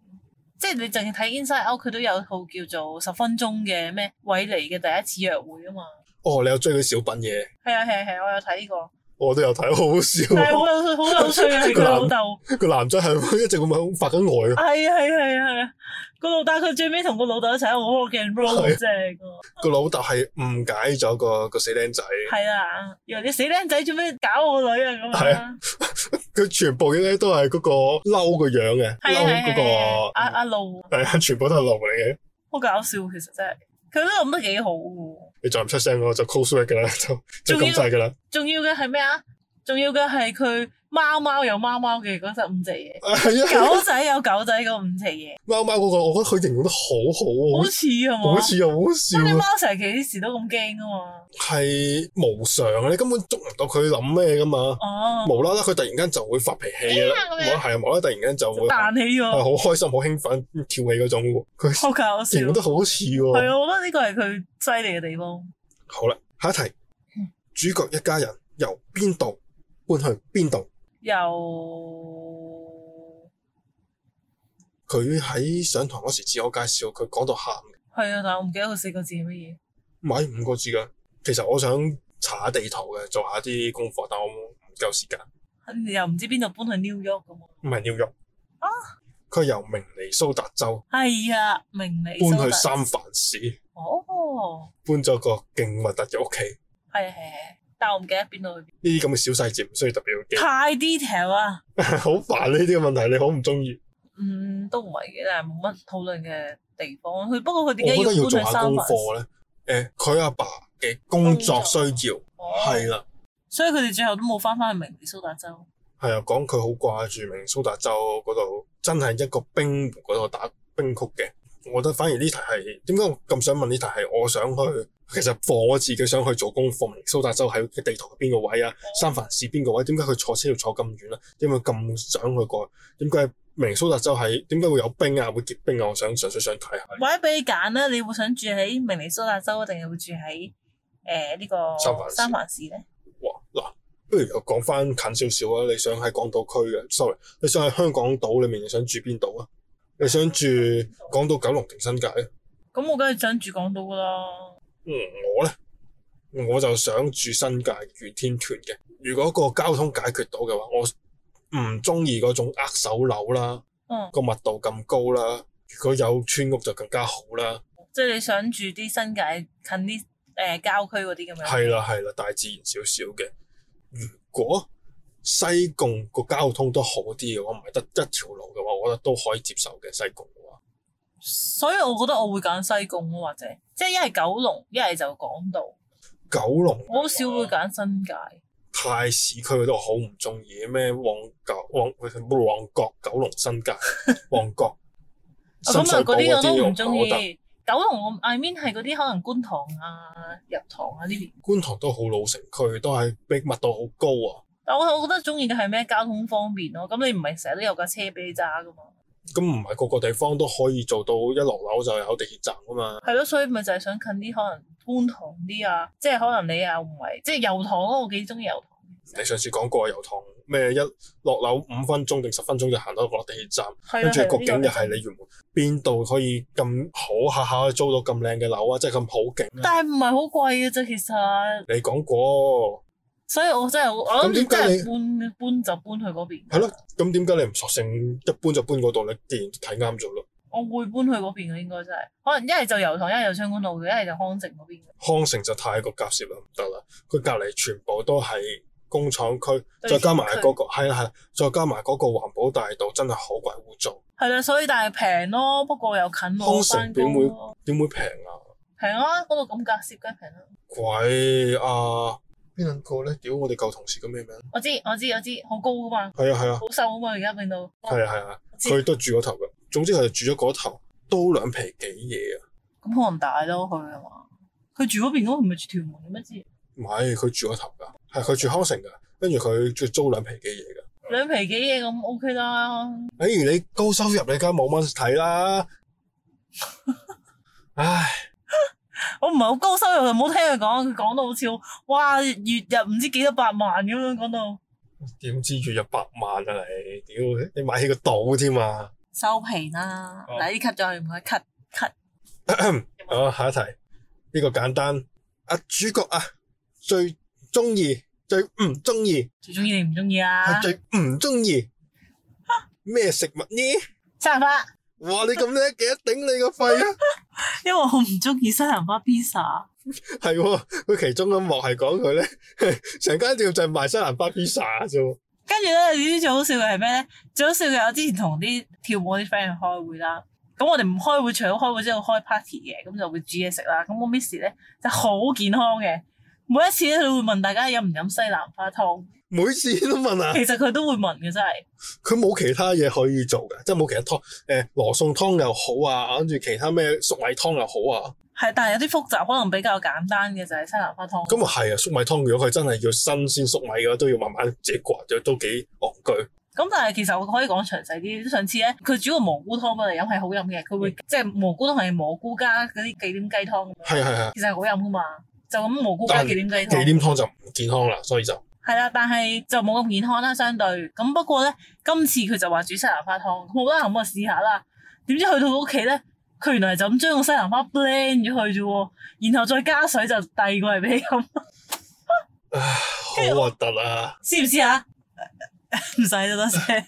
[SPEAKER 2] 即係你淨係睇 Inside Out 佢都有套叫做十分鐘嘅咩韋尼嘅第一次約會啊嘛，
[SPEAKER 1] 哦，你有追佢小品嘢，
[SPEAKER 2] 係啊係啊係啊，我有睇呢個，
[SPEAKER 1] 我都有睇，好好笑
[SPEAKER 2] 係
[SPEAKER 1] 喎。
[SPEAKER 2] 好有好有趣啊！係佢老豆，
[SPEAKER 1] (laughs) 個男仔係一直咁樣發緊 (laughs) 呆啊，
[SPEAKER 2] 係啊係啊係啊係啊，個老豆佢最尾同個老豆一齊喺度好 rock and roll
[SPEAKER 1] 係
[SPEAKER 2] 正啊！
[SPEAKER 1] 個老豆係誤解咗個個死僆仔。
[SPEAKER 2] 係啦，以為你死僆仔做咩搞我個女啊咁
[SPEAKER 1] 係
[SPEAKER 2] 啊
[SPEAKER 1] 啊！佢全部嘅咧都係嗰個嬲個樣嘅，
[SPEAKER 2] 係啊
[SPEAKER 1] 嬲
[SPEAKER 2] 係啊
[SPEAKER 1] 嗰
[SPEAKER 2] 係啊，阿
[SPEAKER 1] 個
[SPEAKER 2] 阿露
[SPEAKER 1] 係啊，全部都係怒嚟嘅。
[SPEAKER 2] 好搞笑，其實真係佢都諗得幾好喎。
[SPEAKER 1] 你再唔出聲，我就 close r a 噶啦，就就
[SPEAKER 2] 仲要
[SPEAKER 1] 咁滯噶啦。
[SPEAKER 2] 仲要嘅係咩啊？仲要嘅係佢貓貓有貓貓嘅嗰隻五隻
[SPEAKER 1] (laughs)
[SPEAKER 2] 嘢，
[SPEAKER 1] 係啊，
[SPEAKER 2] 狗仔有狗仔嗰五隻嘢，
[SPEAKER 1] 貓貓嗰個，我覺得佢形容得好
[SPEAKER 2] 好
[SPEAKER 1] 好啊
[SPEAKER 2] 似係嘛？
[SPEAKER 1] 好，好似又好
[SPEAKER 2] 咁啲
[SPEAKER 1] 笑啊，
[SPEAKER 2] 貓成日幾時都咁驚啊嘛。
[SPEAKER 1] 係無常啊！你根本捉唔到佢諗咩噶嘛，
[SPEAKER 2] 哦，
[SPEAKER 1] 無啦啦佢突然間就會發脾氣噶
[SPEAKER 3] 哎
[SPEAKER 1] 啦，無
[SPEAKER 3] 呀咁樣
[SPEAKER 1] 啦係啊，無啦啦突然間就會係
[SPEAKER 2] 彈起
[SPEAKER 1] 好
[SPEAKER 2] 咗，
[SPEAKER 1] 開心、好興奮、跳起嗰種喎。佢
[SPEAKER 2] 好搞笑。
[SPEAKER 1] 形容得好似
[SPEAKER 2] 係
[SPEAKER 1] 喎。
[SPEAKER 2] 啊，我覺得呢個係佢犀利嘅地方。
[SPEAKER 1] 好啦，下一題，主角一家人由邊度搬去邊度？
[SPEAKER 2] 又
[SPEAKER 1] 佢喺上堂嗰時自我介紹，佢講到喊嘅，
[SPEAKER 2] 係啊，但我唔記得佢四個字係乜嘢。
[SPEAKER 1] 買五個字噶。其實我想查下地圖嘅，做下啲功課，但我唔夠時間。
[SPEAKER 2] 又唔知邊度搬去 New York 咁喎。
[SPEAKER 1] 唔係紐約
[SPEAKER 2] 啊，
[SPEAKER 1] 佢由明尼蘇達州
[SPEAKER 2] 係啊，明
[SPEAKER 1] 搬
[SPEAKER 2] 理
[SPEAKER 1] 去
[SPEAKER 2] 蘇達
[SPEAKER 1] 三藩市，
[SPEAKER 2] 哦，
[SPEAKER 1] 搬咗個勁核突嘅屋企。
[SPEAKER 2] 係係係，但我唔記得邊度去邊。
[SPEAKER 1] 呢啲咁嘅小細節唔需要特別
[SPEAKER 2] (laughs)
[SPEAKER 1] 去記，
[SPEAKER 2] 太 detail 啊，
[SPEAKER 1] 好煩呢啲嘅問題，你好唔中意。
[SPEAKER 2] 嗯，都唔係嘅，但係冇乜討論嘅地方。佢不過佢
[SPEAKER 1] 我
[SPEAKER 2] 點解
[SPEAKER 1] 覺得要
[SPEAKER 2] 搬
[SPEAKER 1] 做
[SPEAKER 2] 去
[SPEAKER 1] 下
[SPEAKER 2] 三
[SPEAKER 1] 功
[SPEAKER 2] 藩市？
[SPEAKER 1] 課咧。誒，佢阿爸嘅工作
[SPEAKER 2] 工
[SPEAKER 1] 需
[SPEAKER 2] 作
[SPEAKER 1] 要
[SPEAKER 2] 哦
[SPEAKER 1] 係啦。
[SPEAKER 2] 所以佢哋最後都冇翻返去明尼蘇達州。
[SPEAKER 1] 係啊，講佢好掛住明尼蘇達州嗰度，真係一個冰湖嗰度打冰曲嘅。我覺得反而呢題係點解我咁想問呢題係我想去，其實放我自己想去做功課。明尼蘇達州喺嘅地圖係邊個位啊？三藩市邊個位？點解佢坐車要坐咁遠啊？點解咁想去過？點解明尼蘇達州係點解會有冰啊？會結冰啊？我想純粹想睇下
[SPEAKER 2] 或者俾你揀啦，你會想住喺明尼蘇達州，啊定係會住喺誒呢
[SPEAKER 1] 三藩
[SPEAKER 2] 個
[SPEAKER 1] 市
[SPEAKER 2] 三藩市咧？
[SPEAKER 1] 哇嗱。不如又講翻近少少啊！你想喺港島區嘅，sorry，你想喺香港島裏面，你想住邊度啊？你想住港島、九龍定新界啊？
[SPEAKER 2] 咁我梗係想住港島噶啦。
[SPEAKER 1] 嗯，我咧我就想住新界元天團嘅。如果個交通解決到嘅話，我唔中意嗰種握手樓啦，
[SPEAKER 2] 嗯，
[SPEAKER 1] 個密度咁高啦。如果有村屋就更加好啦。
[SPEAKER 2] 即係你想住啲新界近啲誒、呃郊區嗰啲咁樣。
[SPEAKER 1] 係啦係啦，大自然少少嘅。如果西貢個交通都好啲嘅話，唔係得一條路嘅話，我覺得都可以接受嘅。西貢嘅話，
[SPEAKER 2] 所以我覺得我會揀西貢咯，或者即係一係九龍，一係就港島。
[SPEAKER 1] 九龍
[SPEAKER 2] 我好少會
[SPEAKER 1] 啊
[SPEAKER 2] 揀新界。
[SPEAKER 1] 太市區嗰度好唔中意咩旺角旺旺角九龍新 (laughs) 界旺角
[SPEAKER 2] 啊咁
[SPEAKER 1] 深水
[SPEAKER 2] 啊，
[SPEAKER 1] 埗
[SPEAKER 2] 嗰啲我都
[SPEAKER 1] 我
[SPEAKER 2] 唔中
[SPEAKER 1] 覺得
[SPEAKER 2] 意。九龍我 I mean 係嗰啲可能觀塘啊、入塘啊呢邊。
[SPEAKER 1] 觀塘都好老城區，都係逼密度好高啊。
[SPEAKER 2] 但我我覺得中意嘅係咩？交通方便咯。咁你唔係成日都有架車俾你揸噶嘛？
[SPEAKER 1] 咁唔係個個地方都可以做到一落樓就有地鐵站噶嘛。
[SPEAKER 2] 係咯，所以咪就係想近啲，可能觀塘啲啊，即係可能你又唔係，即係油塘咯，我幾中意油塘。
[SPEAKER 1] 你上次講過油塘咩一落樓五分鐘定十分鐘就行到落地鐵站，
[SPEAKER 2] 係
[SPEAKER 1] 跟
[SPEAKER 2] 啊，
[SPEAKER 1] 住個
[SPEAKER 2] 係啊
[SPEAKER 1] 景
[SPEAKER 2] 呢個
[SPEAKER 1] 又係你原本邊度可以咁好下下可以租到咁靚嘅樓啊，即係咁好景啊。
[SPEAKER 2] 但係唔係好貴嘅啫，其實。
[SPEAKER 1] 你講過
[SPEAKER 2] 所以我真係好我諗
[SPEAKER 1] 咁點
[SPEAKER 2] 住
[SPEAKER 1] 解
[SPEAKER 2] 真係
[SPEAKER 1] 你
[SPEAKER 2] 搬搬就搬去嗰邊。
[SPEAKER 1] 係咯，，咁點解你唔索性一搬就搬嗰度？你既然睇啱咗咯。
[SPEAKER 2] 我會搬去嗰邊嘅應該真係，可能一係就油塘，一係就昌官路嘅，一係就康城嗰邊嘅。
[SPEAKER 1] 康城就太過夾攝啦，唔得啦。佢隔離全部都係工廠區，
[SPEAKER 2] 對
[SPEAKER 1] 再加埋嗰、個係啦係啦，再加埋嗰個環保大道，真係好鬼污糟。
[SPEAKER 2] 係啦，所以但係平咯，不過又近我
[SPEAKER 1] 康
[SPEAKER 2] 翻
[SPEAKER 1] 城
[SPEAKER 2] 工
[SPEAKER 1] 點會
[SPEAKER 2] 咯，
[SPEAKER 1] 點會平啊？
[SPEAKER 2] 平啊，嗰度咁隔涉梗係平啦。啊
[SPEAKER 1] 鬼啊！邊兩個咧？屌我哋舊同事叫咩名？
[SPEAKER 2] 我知我知我知，好高噶嘛，
[SPEAKER 1] 係啊係啊
[SPEAKER 2] 好瘦啊嘛，而家變到。
[SPEAKER 1] 係啊係啊！
[SPEAKER 2] 我知
[SPEAKER 1] 佢都住嗰頭㗎。總之佢就住咗嗰頭，都兩皮幾嘢啊！
[SPEAKER 2] 咁可能大咯，佢係嘛？佢住嗰邊嗰個唔係住屯門嘅咩？知
[SPEAKER 1] 唔係佢住嗰頭㗎，係佢住康城㗎，跟住佢佢租兩皮幾嘢㗎。
[SPEAKER 2] 兩皮幾嘢咁 OK 啦。
[SPEAKER 1] 哎，你高收入你梗係冇乜睇啦。唉。
[SPEAKER 2] 我唔係好高收入，就唔好聽佢講，佢講到好似好哇月入唔知幾多百萬咁樣講到
[SPEAKER 1] 點知月入百萬啊你？屌，你買起個島添啊！
[SPEAKER 2] 收皮啦。
[SPEAKER 1] 哦
[SPEAKER 2] 嗱，呢 cut 咗佢唔該 cut cut。
[SPEAKER 1] 好，下一題，呢、個簡單。啊，主角啊，最中意、最唔中意、
[SPEAKER 2] 最中意定唔中意啊
[SPEAKER 1] 係？最唔中意咩食物呢？
[SPEAKER 2] 西蘭花，
[SPEAKER 1] 哇！你咁叻嘅，頂你個肺啊！ (laughs)
[SPEAKER 2] 因為我唔中意西蘭花 pizza。
[SPEAKER 1] 係喎，佢其中一幕係講佢咧， (laughs) 成間店就係賣西蘭花 pizza 啫喎。
[SPEAKER 2] 跟住咧，你知唔知最好笑嘅係咩咧？最好笑嘅，我之前同啲跳舞啲 friend 去開會啦。咁我哋唔開會，除咗開會之後開 party 嘅，咁就會煮嘢食啦。咁我 miss 咧就好健康嘅，每一次咧佢會問大家飲唔飲西蘭花湯，
[SPEAKER 1] 每次都問啊， (laughs)
[SPEAKER 2] 其實佢都會問嘅真係。
[SPEAKER 1] 佢冇其他嘢可以做嘅，即係冇其他湯，誒、羅宋湯又好啊，跟住其他咩粟米湯又好啊。
[SPEAKER 2] 係，但係有啲複雜，可能比較簡單嘅就係西蘭花湯。
[SPEAKER 1] 咁啊係啊，粟米湯如果佢真係要新鮮粟米嘅話，都要慢慢自己刮咗，都幾戇居。
[SPEAKER 2] 咁但係其實我可以講詳細啲。上次咧，佢煮個蘑菇湯俾我哋飲係好飲嘅，佢會即係蘑菇湯係蘑菇加嗰啲忌廉雞湯咁樣，
[SPEAKER 1] 係係係，
[SPEAKER 2] 其實係好飲噶嘛。就咁蘑菇加忌廉雞
[SPEAKER 1] 忌
[SPEAKER 2] 湯。
[SPEAKER 1] 廉湯就唔健康啦，所以就
[SPEAKER 2] 係啦，但係就冇咁健康啦，相對咁不過咧，今次佢就話煮西蘭花湯，好啦，咁我試下啦。點知去到屋企咧，佢原來就咁將個西蘭花 blend 咗去啫喎，然後再加水就遞過嚟俾你飲，
[SPEAKER 1] 好核突啊！
[SPEAKER 2] 試唔試下？唔使啦，多謝。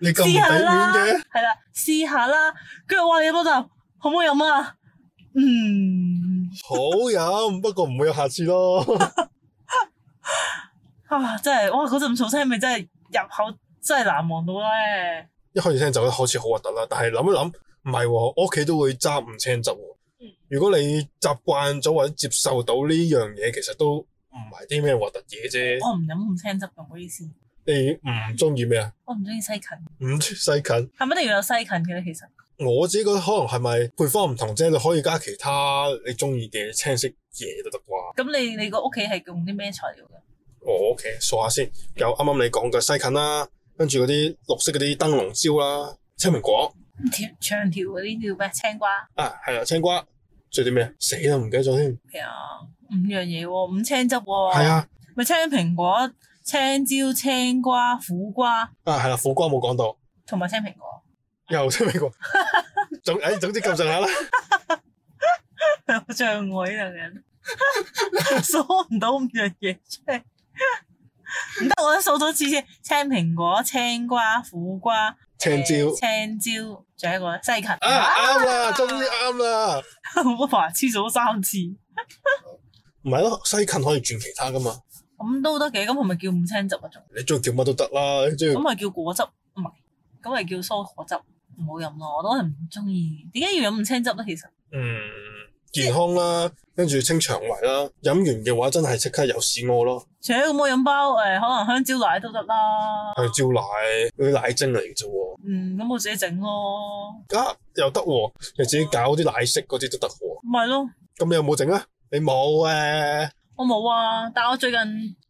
[SPEAKER 1] 你咁唔
[SPEAKER 2] 試
[SPEAKER 1] 俾
[SPEAKER 2] 下
[SPEAKER 1] 面
[SPEAKER 2] 啦，
[SPEAKER 1] 嘅，
[SPEAKER 2] 係啦，試下啦。跟住話你飲多啖，好唔好飲啊？嗯，
[SPEAKER 1] 好飲，不過唔會有下次咯。 (laughs)
[SPEAKER 2] 啊，真係，哇！嗰陣草青味真係入口真係難忘到咧。
[SPEAKER 1] 一開始聽就覺得好似好核突啦，但係諗一諗，唔係喎，我屋企都會揸唔青汁喎
[SPEAKER 2] 嗯。
[SPEAKER 1] 如果你習慣咗或者接受到呢樣嘢，其實都唔係啲咩核突嘢啫。
[SPEAKER 2] 我唔飲唔青汁嘅，唔好意思，
[SPEAKER 1] 你唔中意咩啊？
[SPEAKER 2] 我唔中意西芹。
[SPEAKER 1] 唔中意西芹，
[SPEAKER 2] 係咪一定要有西芹嘅咧？其實
[SPEAKER 1] 我自己覺得可能係咪配方唔同啫，你可以加其他你中意嘅青色嘢都得啩。
[SPEAKER 2] 咁你你個屋企係用啲咩材料嘅？
[SPEAKER 1] 我屋企數下先，有啱啱你講嘅西芹啦，跟住嗰啲綠色嗰啲燈籠椒啦，青蘋果
[SPEAKER 2] 條長條嗰啲叫咩？青瓜
[SPEAKER 1] 啊，係啊，青瓜，仲有啲咩？死啦，唔記得咗添。
[SPEAKER 2] 係啊，五樣嘢喎，五青汁喎。
[SPEAKER 1] 係，啊，
[SPEAKER 2] 咪青蘋果、青椒、青瓜、苦瓜
[SPEAKER 1] 啊係啦，苦瓜冇講到。
[SPEAKER 2] 同埋青蘋果。
[SPEAKER 1] 又出美國， (laughs) 總誒總之咁上下啦。
[SPEAKER 2] 有障礙呢 (laughs) 樣嘢，數唔到五樣嘢出嚟。唔得，我都數咗次先。青蘋果、青瓜、苦瓜、
[SPEAKER 1] 青椒 (laughs)
[SPEAKER 2] 呃 (laughs) 青椒，仲有一個咧西芹。
[SPEAKER 1] 啊啱啦，終於啱啦。
[SPEAKER 2] (laughs) 我話黐咗三次，
[SPEAKER 1] 唔係咯，西芹可以轉其他噶嘛，
[SPEAKER 2] 咁都得嘅。咁係咪叫五青汁啊？仲
[SPEAKER 1] 你中意叫乜都得啦。你中意
[SPEAKER 2] 咁咪叫果汁？唔係，咁咪叫蔬果汁。唔好飲咯，我都係唔中意。點解要飲五青汁咧？其實
[SPEAKER 1] 嗯健康啦，跟住清腸胃啦。飲完嘅話，真係即刻有屎屙咯。
[SPEAKER 2] 除咗咁，我飲包誒、呃可能香蕉奶都得啦。
[SPEAKER 1] 香蕉奶嗰啲奶精嚟嘅啫喎，
[SPEAKER 2] 嗯，咁我自己整咯，
[SPEAKER 1] 啊又得喎，你自己搞啲奶昔嗰啲都得喎。
[SPEAKER 2] 咪咯。
[SPEAKER 1] 咁你有冇整啊？你冇誒，
[SPEAKER 2] 我冇啊，但我最近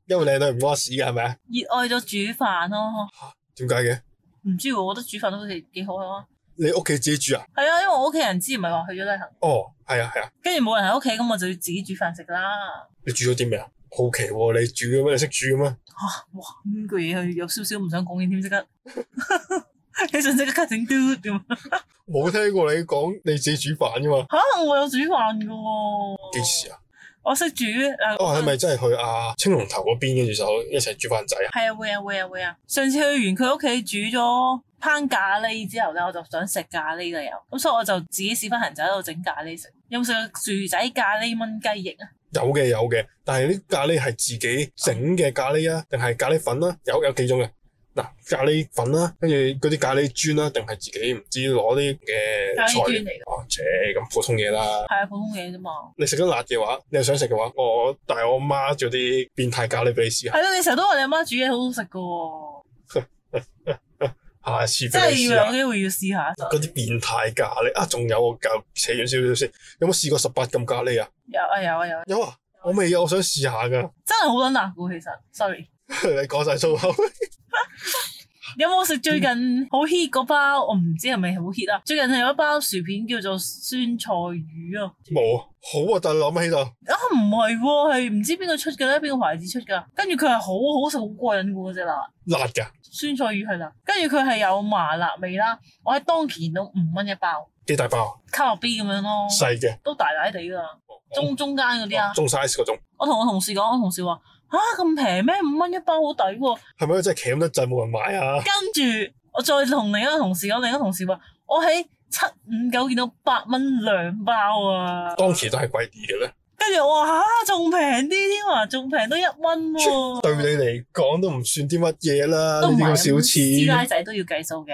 [SPEAKER 2] 熱
[SPEAKER 1] 因為你女唔屙屎嘅係咪啊？
[SPEAKER 2] 愛咗煮飯咯、
[SPEAKER 1] 點解嘅？
[SPEAKER 2] 唔知喎，我覺得煮飯都好似幾好啊。
[SPEAKER 1] 你屋企自己煮啊？
[SPEAKER 2] 係啊，因為我屋企人之前咪話去咗旅行，
[SPEAKER 1] 哦，係啊係啊。
[SPEAKER 2] 跟住冇人喺屋企，咁我就要自己煮飯食啦。
[SPEAKER 1] 你煮咗啲咩啊？好奇喎、你煮嘅咩？你識煮嘅咩？
[SPEAKER 2] 哇，呢句嘢有少少唔想講嘢添，即刻 (laughs) 你想即刻 cut 整 do 咁
[SPEAKER 1] 冇聽過你講你自己煮飯噶嘛？
[SPEAKER 2] 嚇？我有煮飯嘅喎，
[SPEAKER 1] 幾時啊？
[SPEAKER 2] 我識煮誒，
[SPEAKER 1] 哦，係咪真係去啊青龍頭嗰邊跟住就一齊煮飯仔啊？
[SPEAKER 2] 係啊，會啊，會啊，會啊！上次去完佢屋企煮咗烹咖喱之後咧，我就想食咖喱啦又，咁所以我就自己試翻行就喺度整咖喱食。有冇食過薯仔咖喱炆雞翼啊？
[SPEAKER 1] 有嘅有嘅，但係啲咖喱係自己整嘅咖喱啊，定係咖喱粉啦、有有幾種嘅。嗱，咖喱粉啦、跟住嗰啲咖喱磚啦、定係自己唔知攞啲嘅
[SPEAKER 2] 咖喱
[SPEAKER 1] 材
[SPEAKER 2] 磚
[SPEAKER 1] 料
[SPEAKER 2] 嚟。
[SPEAKER 1] 哦，切咁普通嘢啦。
[SPEAKER 2] 係啊，普通嘢啫嘛。
[SPEAKER 1] 你食得辣嘅話，你又想食嘅話，我帶我媽做啲變態咖喱俾你試下，
[SPEAKER 2] 係咯，你成日都話你阿媽煮嘢好好食噶喎，
[SPEAKER 1] 下次
[SPEAKER 2] 真
[SPEAKER 1] 俾你
[SPEAKER 2] 係
[SPEAKER 1] 試下
[SPEAKER 2] 要。有機會要試下。
[SPEAKER 1] 啊嗰啲變態咖喱啊，仲有我教扯遠少少先，有冇試過十八禁咖喱啊？
[SPEAKER 2] 有啊有啊有啊，
[SPEAKER 1] 有啊，我未有，我想試下噶。
[SPEAKER 2] 真係好撚辣噶其實。sorry，
[SPEAKER 1] (laughs) 你講晒
[SPEAKER 2] (laughs)
[SPEAKER 1] 粗口，
[SPEAKER 2] 有冇食最近
[SPEAKER 1] 嗯
[SPEAKER 2] 好 hit 嗰包？我唔知係咪好 hit 啊。最近係有一包薯片叫做酸菜魚啊。
[SPEAKER 1] 冇，好核突，諗起就
[SPEAKER 2] 啊，唔係喎，係唔知邊個出嘅咧，邊個牌子出噶？跟住佢係好好食，好過癮嘅喎嗰隻辣
[SPEAKER 1] 辣㗎，
[SPEAKER 2] 酸菜魚係啦，跟住佢係有麻辣味啦。我喺當期見到五蚊一包，
[SPEAKER 1] 幾大包，啊
[SPEAKER 2] 卡樂 B 咁樣咯，
[SPEAKER 1] 細嘅，
[SPEAKER 2] 都大大地㗎啦，中中間哦嗰啲啊
[SPEAKER 1] 哦。中 size 嗰種，
[SPEAKER 2] 我同我同事講，我同事話：吓咁平咩？五蚊一包好抵喎。
[SPEAKER 1] 係咪真係鉗得滯冇人買啊？
[SPEAKER 2] 跟住我再同另一個同事講，另一個同事話：我喺七五九見到八蚊兩包啊！
[SPEAKER 1] 當期都係貴啲嘅咧，
[SPEAKER 2] 跟住我話吓仲平啲添啊，仲平到一蚊喎。
[SPEAKER 1] 對你嚟講都唔算啲乜嘢啦，啊呢
[SPEAKER 2] 哦都唔
[SPEAKER 1] 啲
[SPEAKER 2] 係
[SPEAKER 1] 咁小
[SPEAKER 2] 師奶
[SPEAKER 1] 錢。
[SPEAKER 2] 仔都要計數嘅，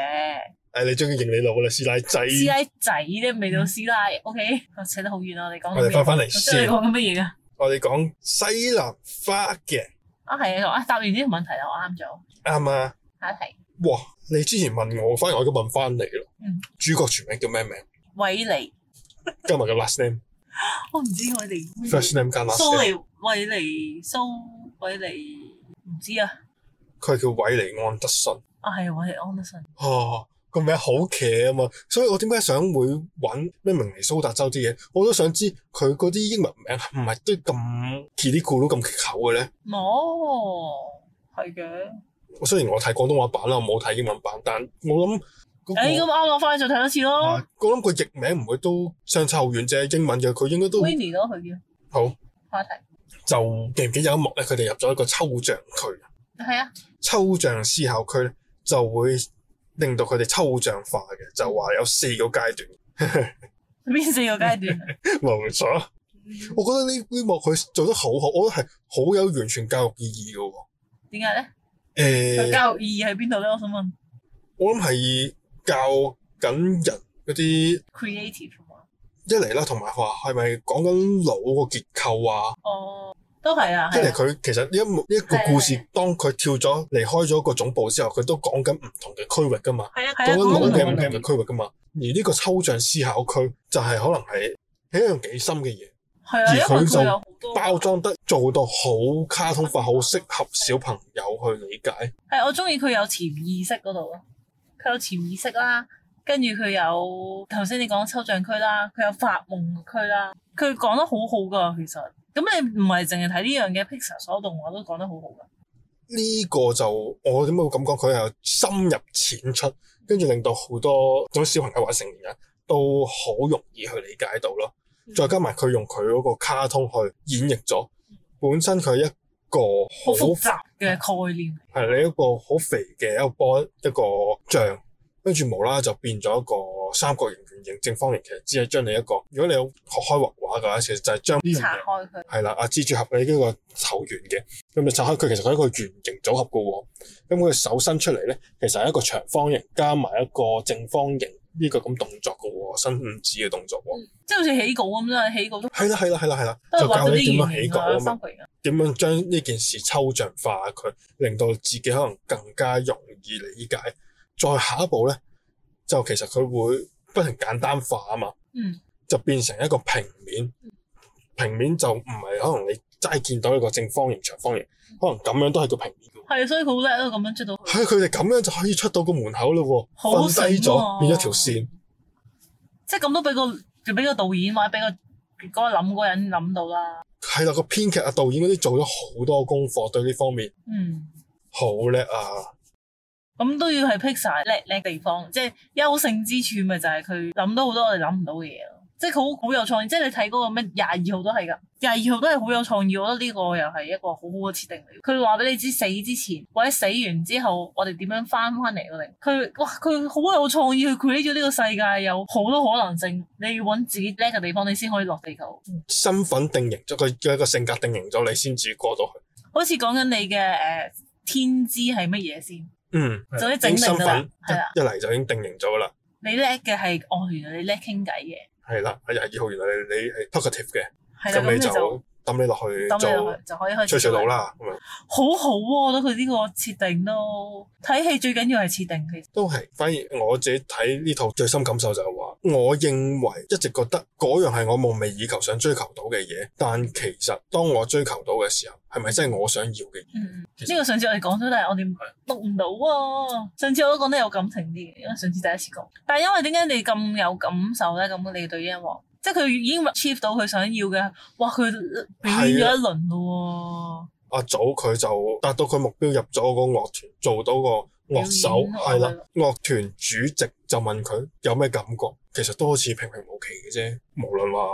[SPEAKER 1] 誒，你中意認你老啦，師奶仔。
[SPEAKER 2] 師奶仔咧未到師奶，OK，我扯得好遠啊！我哋講緊
[SPEAKER 1] 我哋翻返嚟
[SPEAKER 2] 咩即係
[SPEAKER 1] 先
[SPEAKER 2] 你，講緊乜嘢啊？
[SPEAKER 1] 我哋講西蘭花嘅，
[SPEAKER 2] 啊係啊，啊答完呢個問題啦，我啱咗，
[SPEAKER 1] 啱啊！
[SPEAKER 2] 下一題，
[SPEAKER 1] 哇，你之前問我，反而我而家問翻你啦
[SPEAKER 2] 嗯。
[SPEAKER 1] 主角全名叫咩名？
[SPEAKER 2] 韋尼，
[SPEAKER 1] 今日嘅 last name、
[SPEAKER 2] 我唔知韋尼
[SPEAKER 1] first name 加 last
[SPEAKER 2] 蘇
[SPEAKER 1] name，
[SPEAKER 2] 尼韋尼蘇韋尼，唔知啊，
[SPEAKER 1] 佢叫韋尼安德遜。
[SPEAKER 2] 啊係韋尼安德遜，
[SPEAKER 1] 哦，個名好騎啊嘛，所以我點解想會揾咩明尼蘇達州啲嘢？我都想知佢嗰啲英文名係唔係都咁奇哩咕嚕咁棘口嘅咧？
[SPEAKER 2] 哦，係嘅。
[SPEAKER 1] 雖然我睇廣東話版啦，我冇睇英文版，但我諗嗰個、
[SPEAKER 2] 誒咁啱，我翻去再睇多次咯
[SPEAKER 1] 啊。我諗佢譯名唔會都相差好遠啫，英文嘅佢應該都
[SPEAKER 2] Winnie 咯，佢叫
[SPEAKER 1] 好。
[SPEAKER 2] 下一題。
[SPEAKER 1] 就記唔記得有一幕咧？佢哋入咗一個抽象區，
[SPEAKER 2] 係啊，
[SPEAKER 1] 抽象思考區咧就會令到佢哋抽象化嘅，就話有四個階段。
[SPEAKER 2] 邊四個
[SPEAKER 1] (laughs)
[SPEAKER 2] 階段？
[SPEAKER 1] 冇錯，我覺得呢呢幕佢做得好好，我覺得係好有完全教育意義嘅喎。
[SPEAKER 2] 點解咧？
[SPEAKER 1] 誒、
[SPEAKER 2] 佢教育意義喺邊度咧？我想問。
[SPEAKER 1] 我諗係教緊人嗰啲
[SPEAKER 2] Creative 啊嘛。
[SPEAKER 1] 一嚟啦，同埋話係咪講緊腦個結構啊？
[SPEAKER 2] 哦，都係啊。
[SPEAKER 1] 一
[SPEAKER 2] 係
[SPEAKER 1] 嚟
[SPEAKER 2] 啊
[SPEAKER 1] 佢其實呢一幕呢一個故
[SPEAKER 2] 係
[SPEAKER 1] 事，當佢跳咗離開咗個總部之後，佢都講緊唔同嘅區域噶嘛。
[SPEAKER 2] 係啊，
[SPEAKER 1] 講
[SPEAKER 2] 係啊，
[SPEAKER 1] 緊
[SPEAKER 2] 講
[SPEAKER 1] 腦
[SPEAKER 2] 到
[SPEAKER 1] 嘅
[SPEAKER 2] 明
[SPEAKER 1] 唔
[SPEAKER 2] 白
[SPEAKER 1] 同嘅區域噶嘛。而呢個抽象思考區就係可能係係一樣幾深嘅嘢，
[SPEAKER 2] 係啊，
[SPEAKER 1] 而
[SPEAKER 2] 因為
[SPEAKER 1] 佢就
[SPEAKER 2] 佢有好多。
[SPEAKER 1] 包裝得做到好卡通化，好適合小朋友去理解。
[SPEAKER 2] 係我中意佢有潛意識嗰度咯，佢有潛意識啦，跟住佢有頭先你講抽象區啦，佢有發夢區啦，佢講得好好噶其實。咁你唔係淨係睇呢樣嘅 Pixar 所有動畫都講得好好噶，
[SPEAKER 1] 呢個就我點解會咁講？佢係深入淺出，跟住令到好多種小朋友或者成年人都好容易去理解到咯。
[SPEAKER 2] 嗯
[SPEAKER 1] 再加埋佢用佢嗰個卡通去演繹咗，本身佢係一個
[SPEAKER 2] 好
[SPEAKER 1] 好
[SPEAKER 2] 複雜嘅概念。
[SPEAKER 1] 係你一個好肥嘅一個波一個像，跟住無啦啦就變咗一個三角形、圓形、正方形，其實只係將你一個。如果你有學開畫畫嘅話，其實就係將呢樣
[SPEAKER 2] 拆
[SPEAKER 1] 嘢
[SPEAKER 2] 開佢，
[SPEAKER 1] 係啦，阿蜘蛛俠你呢個頭圓嘅，咁你拆開佢，其實佢係一個圓形組合嘅喎。咁佢手伸出嚟咧，其實係一個長方形加埋一個正方形呢個咁動作嘅喎，伸五指嘅動作喎。
[SPEAKER 2] 即係好似起稿咁啦，起稿都
[SPEAKER 1] 係啦，係啦，係啦，係啦，
[SPEAKER 2] 都
[SPEAKER 1] 就
[SPEAKER 2] 係畫
[SPEAKER 1] 教
[SPEAKER 2] 咗
[SPEAKER 1] 你點
[SPEAKER 2] 啲
[SPEAKER 1] 樣
[SPEAKER 2] 圓
[SPEAKER 1] 起
[SPEAKER 2] 形
[SPEAKER 1] 稿啊
[SPEAKER 2] 啊、
[SPEAKER 1] 嘛
[SPEAKER 2] 三。角形啊。
[SPEAKER 1] 點樣將呢件事抽象化佢，令到自己可能更加容易理解。再下一步咧，就其實佢會不停簡單化啊嘛，
[SPEAKER 2] 嗯，
[SPEAKER 1] 就變成一個平面。平面就唔係可能你齋見到一個正方形、長方形，
[SPEAKER 2] 嗯
[SPEAKER 1] 可能咁樣都係叫平面嘅喎。
[SPEAKER 2] 係，啊所以佢好叻咯，咁樣出到去，
[SPEAKER 1] 係佢哋咁樣就可以出到個門口嘞喎，
[SPEAKER 2] 好
[SPEAKER 1] 瞓
[SPEAKER 2] 醒
[SPEAKER 1] 低咗
[SPEAKER 2] 喎
[SPEAKER 1] 變咗條線。
[SPEAKER 2] 即係咁都俾個俾個導演或者俾個嗰個諗嗰個人諗到啦。
[SPEAKER 1] 係啦，個編劇啊、導演嗰啲做咗好多功課，對呢方面
[SPEAKER 2] 嗯。
[SPEAKER 1] 好叻啊！
[SPEAKER 2] 咁都要係 Pixar 叻叻地方，即係優勝之處咪就係佢諗到好多我哋諗唔到嘅嘢咯，即係佢好好有創意。即係你睇嗰個咩廿二號都係㗎，廿二號都係好有創意。我覺得呢個又係一個好好嘅設定嚟。佢話俾你知死之前或者死完之後，我哋點樣翻返嚟我哋。佢哇，佢好有創意，佢 create 咗呢個世界有好多可能性。你要揾自己叻嘅地方，你先可以落地球。
[SPEAKER 1] 身份定型咗，佢嘅一個性格定型咗，你先至過到去。
[SPEAKER 2] 好似講緊你嘅誒、呃天資係乜嘢先？
[SPEAKER 1] 嗯，
[SPEAKER 2] 就啲整定
[SPEAKER 1] 身
[SPEAKER 2] 㗎啦
[SPEAKER 1] 份
[SPEAKER 2] 係啦
[SPEAKER 1] 一一嚟就已經定型咗啦，
[SPEAKER 2] 你叻嘅係哦，原來你叻傾偈嘅，
[SPEAKER 1] 係啦，係廿二號原來你你係 talkative 嘅，
[SPEAKER 2] 係啦，
[SPEAKER 1] 咁
[SPEAKER 2] 咁
[SPEAKER 1] 你
[SPEAKER 2] 你就。
[SPEAKER 1] 就抌你落去
[SPEAKER 2] 抌你落去
[SPEAKER 1] 做
[SPEAKER 2] 就可以開始
[SPEAKER 1] 吹水佬啦，咁樣
[SPEAKER 2] 做啦。好好喎、我覺得佢呢個設定都睇戲最緊要係設定其實
[SPEAKER 1] 都係。反而我自己睇呢套最深感受就係話，我認為一直覺得嗰樣係我夢寐以求想追求到嘅嘢，但其實當我追求到嘅時候，係咪真係我想要嘅嘢？
[SPEAKER 2] 嗯，
[SPEAKER 1] 其實
[SPEAKER 2] 呢個上次我哋講咗，但係我哋錄唔到喎。上次我都講得有感情啲嘅，因為上次第一次講。但係因為點解你咁有感受咧？咁你對音樂，即係佢已經 achieve 到佢想要嘅，哇！佢表演
[SPEAKER 1] 啊
[SPEAKER 2] 咗一輪咯
[SPEAKER 1] 阿祖佢就達到佢目標，入咗個樂團，做到個樂手，
[SPEAKER 2] 表
[SPEAKER 1] 係
[SPEAKER 2] 演
[SPEAKER 1] 啦。樂團主席就問佢有咩感覺，其實都好似平平無奇嘅啫。無論話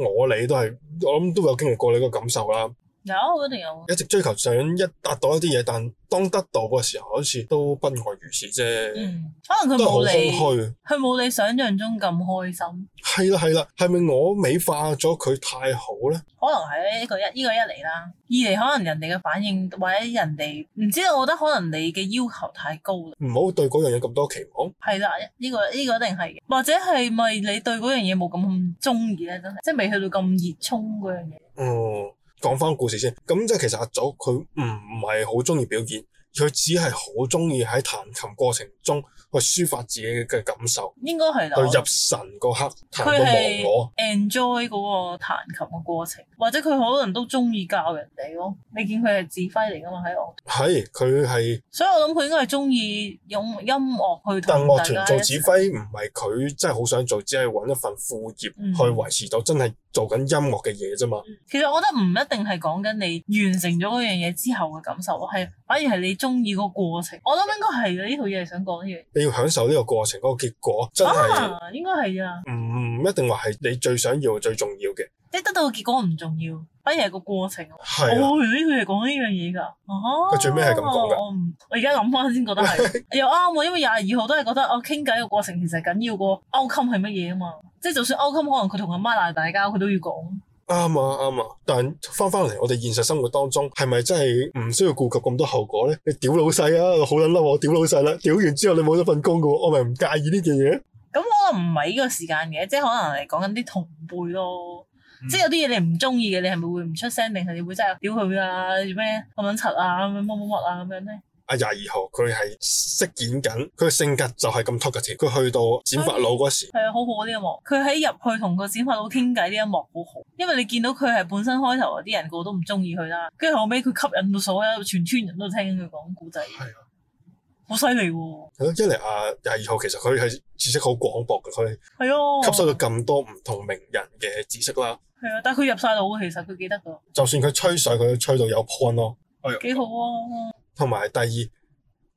[SPEAKER 1] 我你都係，我諗都有經歷過你個感受啦。
[SPEAKER 2] 喎，有一定有。
[SPEAKER 1] 一直追求想一達到一啲嘢，但當得到嘅時候，好似都不外如是啫，
[SPEAKER 2] 嗯，可能佢
[SPEAKER 1] 都係好
[SPEAKER 2] 冇
[SPEAKER 1] 空
[SPEAKER 2] 你，
[SPEAKER 1] 虛。
[SPEAKER 2] 佢冇你想象中咁開心。
[SPEAKER 1] 係啦係啦，係咪我美化咗佢太好咧？
[SPEAKER 2] 可能係呢個一呢、個一嚟啦，二嚟可能人哋嘅反應或者人哋唔知道，我覺得可能你嘅要求太高啦。
[SPEAKER 1] 唔好對嗰樣嘢咁多期望。
[SPEAKER 2] 係啦，呢、個呢、個一定係嘅，或者係咪你對嗰樣嘢冇咁中意咧？真係即係未去到咁熱衷嗰樣嘢。
[SPEAKER 1] 嗯哦，講翻故事先，咁即係其實阿祖佢唔係好中意表演，佢只係好中意喺彈琴過程中去抒發自己嘅感受，
[SPEAKER 2] 應該係
[SPEAKER 1] 去入
[SPEAKER 2] 啦。
[SPEAKER 1] 神嗰刻彈
[SPEAKER 2] 佢
[SPEAKER 1] 到忘
[SPEAKER 2] 係
[SPEAKER 1] 我。
[SPEAKER 2] enjoy 嗰個彈琴嘅過程，或者佢可能都中意教人哋咯。你見佢係指揮嚟噶嘛喺樂團，
[SPEAKER 1] 係佢係
[SPEAKER 2] 所以我諗佢應該係中意用音樂去
[SPEAKER 1] 但
[SPEAKER 2] 同大
[SPEAKER 1] 樂團
[SPEAKER 2] 家一
[SPEAKER 1] 做
[SPEAKER 2] 齊
[SPEAKER 1] 指揮唔係佢真係好想做，只係揾一份副業去
[SPEAKER 2] 嗯
[SPEAKER 1] 維持到真係做緊音樂嘅嘢啫嘛。
[SPEAKER 2] 其實我覺得唔一定係講緊你完成咗嗰樣嘢之後嘅感受，我係反而係你中意個過程。我諗應該係啊嘅呢套嘢係想講呢樣。
[SPEAKER 1] 你要享受呢個過程嗰個結果，真係
[SPEAKER 2] 啊，應該係啊，
[SPEAKER 1] 唔唔一定話係你最想要、最重要嘅。
[SPEAKER 2] 即係得到個結果唔重要，反而係個過程。哦，
[SPEAKER 1] 係
[SPEAKER 2] 原
[SPEAKER 1] 啊，
[SPEAKER 2] 來呢套嘢講呢樣嘢㗎。哦，
[SPEAKER 1] 佢最尾係咁講㗎
[SPEAKER 2] 我唔，我而家諗翻先覺得係又啱喎，因為廿二號都係覺得我傾偈嘅過程其實緊要過 outcome 係乜嘢啊嘛。即係就算 outcome 可能佢同阿媽鬧大交，佢都要講。
[SPEAKER 1] 啱啊，啱啊。但翻翻嚟我哋現實生活當中，係咪真係唔需要顧及咁多後果咧？你屌老細啊，好撚嬲我屌老細啦，屌完之後你冇咗份工嘅喎，我咪唔介意呢件嘢。
[SPEAKER 2] 咁可能唔係呢個時間嘅，即係可能係講緊啲同輩咯。
[SPEAKER 1] 嗯
[SPEAKER 2] 即係有啲嘢你唔中意嘅，你係咪會唔出聲，定係你會真係屌佢啊？做咩咁撚柒啊？咁樣乜乜乜啊？咁樣咧？
[SPEAKER 1] 阿廿二號佢係飾演緊，佢嘅性格就係咁 talkative。佢去到剪髮佬嗰時，
[SPEAKER 2] 係啊，好好啊呢一幕，佢喺入去同個剪髮佬傾偈呢一幕好好，因為你見到佢係本身開頭嗰啲人個個都唔中意佢啦，跟住後尾佢吸引到所有全村人都聽佢講古仔，
[SPEAKER 1] 係啊，
[SPEAKER 2] 好犀利喎！
[SPEAKER 1] 係咯一嚟阿廿二號其實佢係知識好廣博嘅，佢
[SPEAKER 2] 係啊，
[SPEAKER 1] 吸收咗咁多唔同名人嘅知識啦。
[SPEAKER 2] 係啊，但係佢入晒腦嘅，其實佢記得㗎，
[SPEAKER 1] 就算佢吹水，佢都吹到有 point 咯。
[SPEAKER 2] 幾好啊！
[SPEAKER 1] 同埋第二，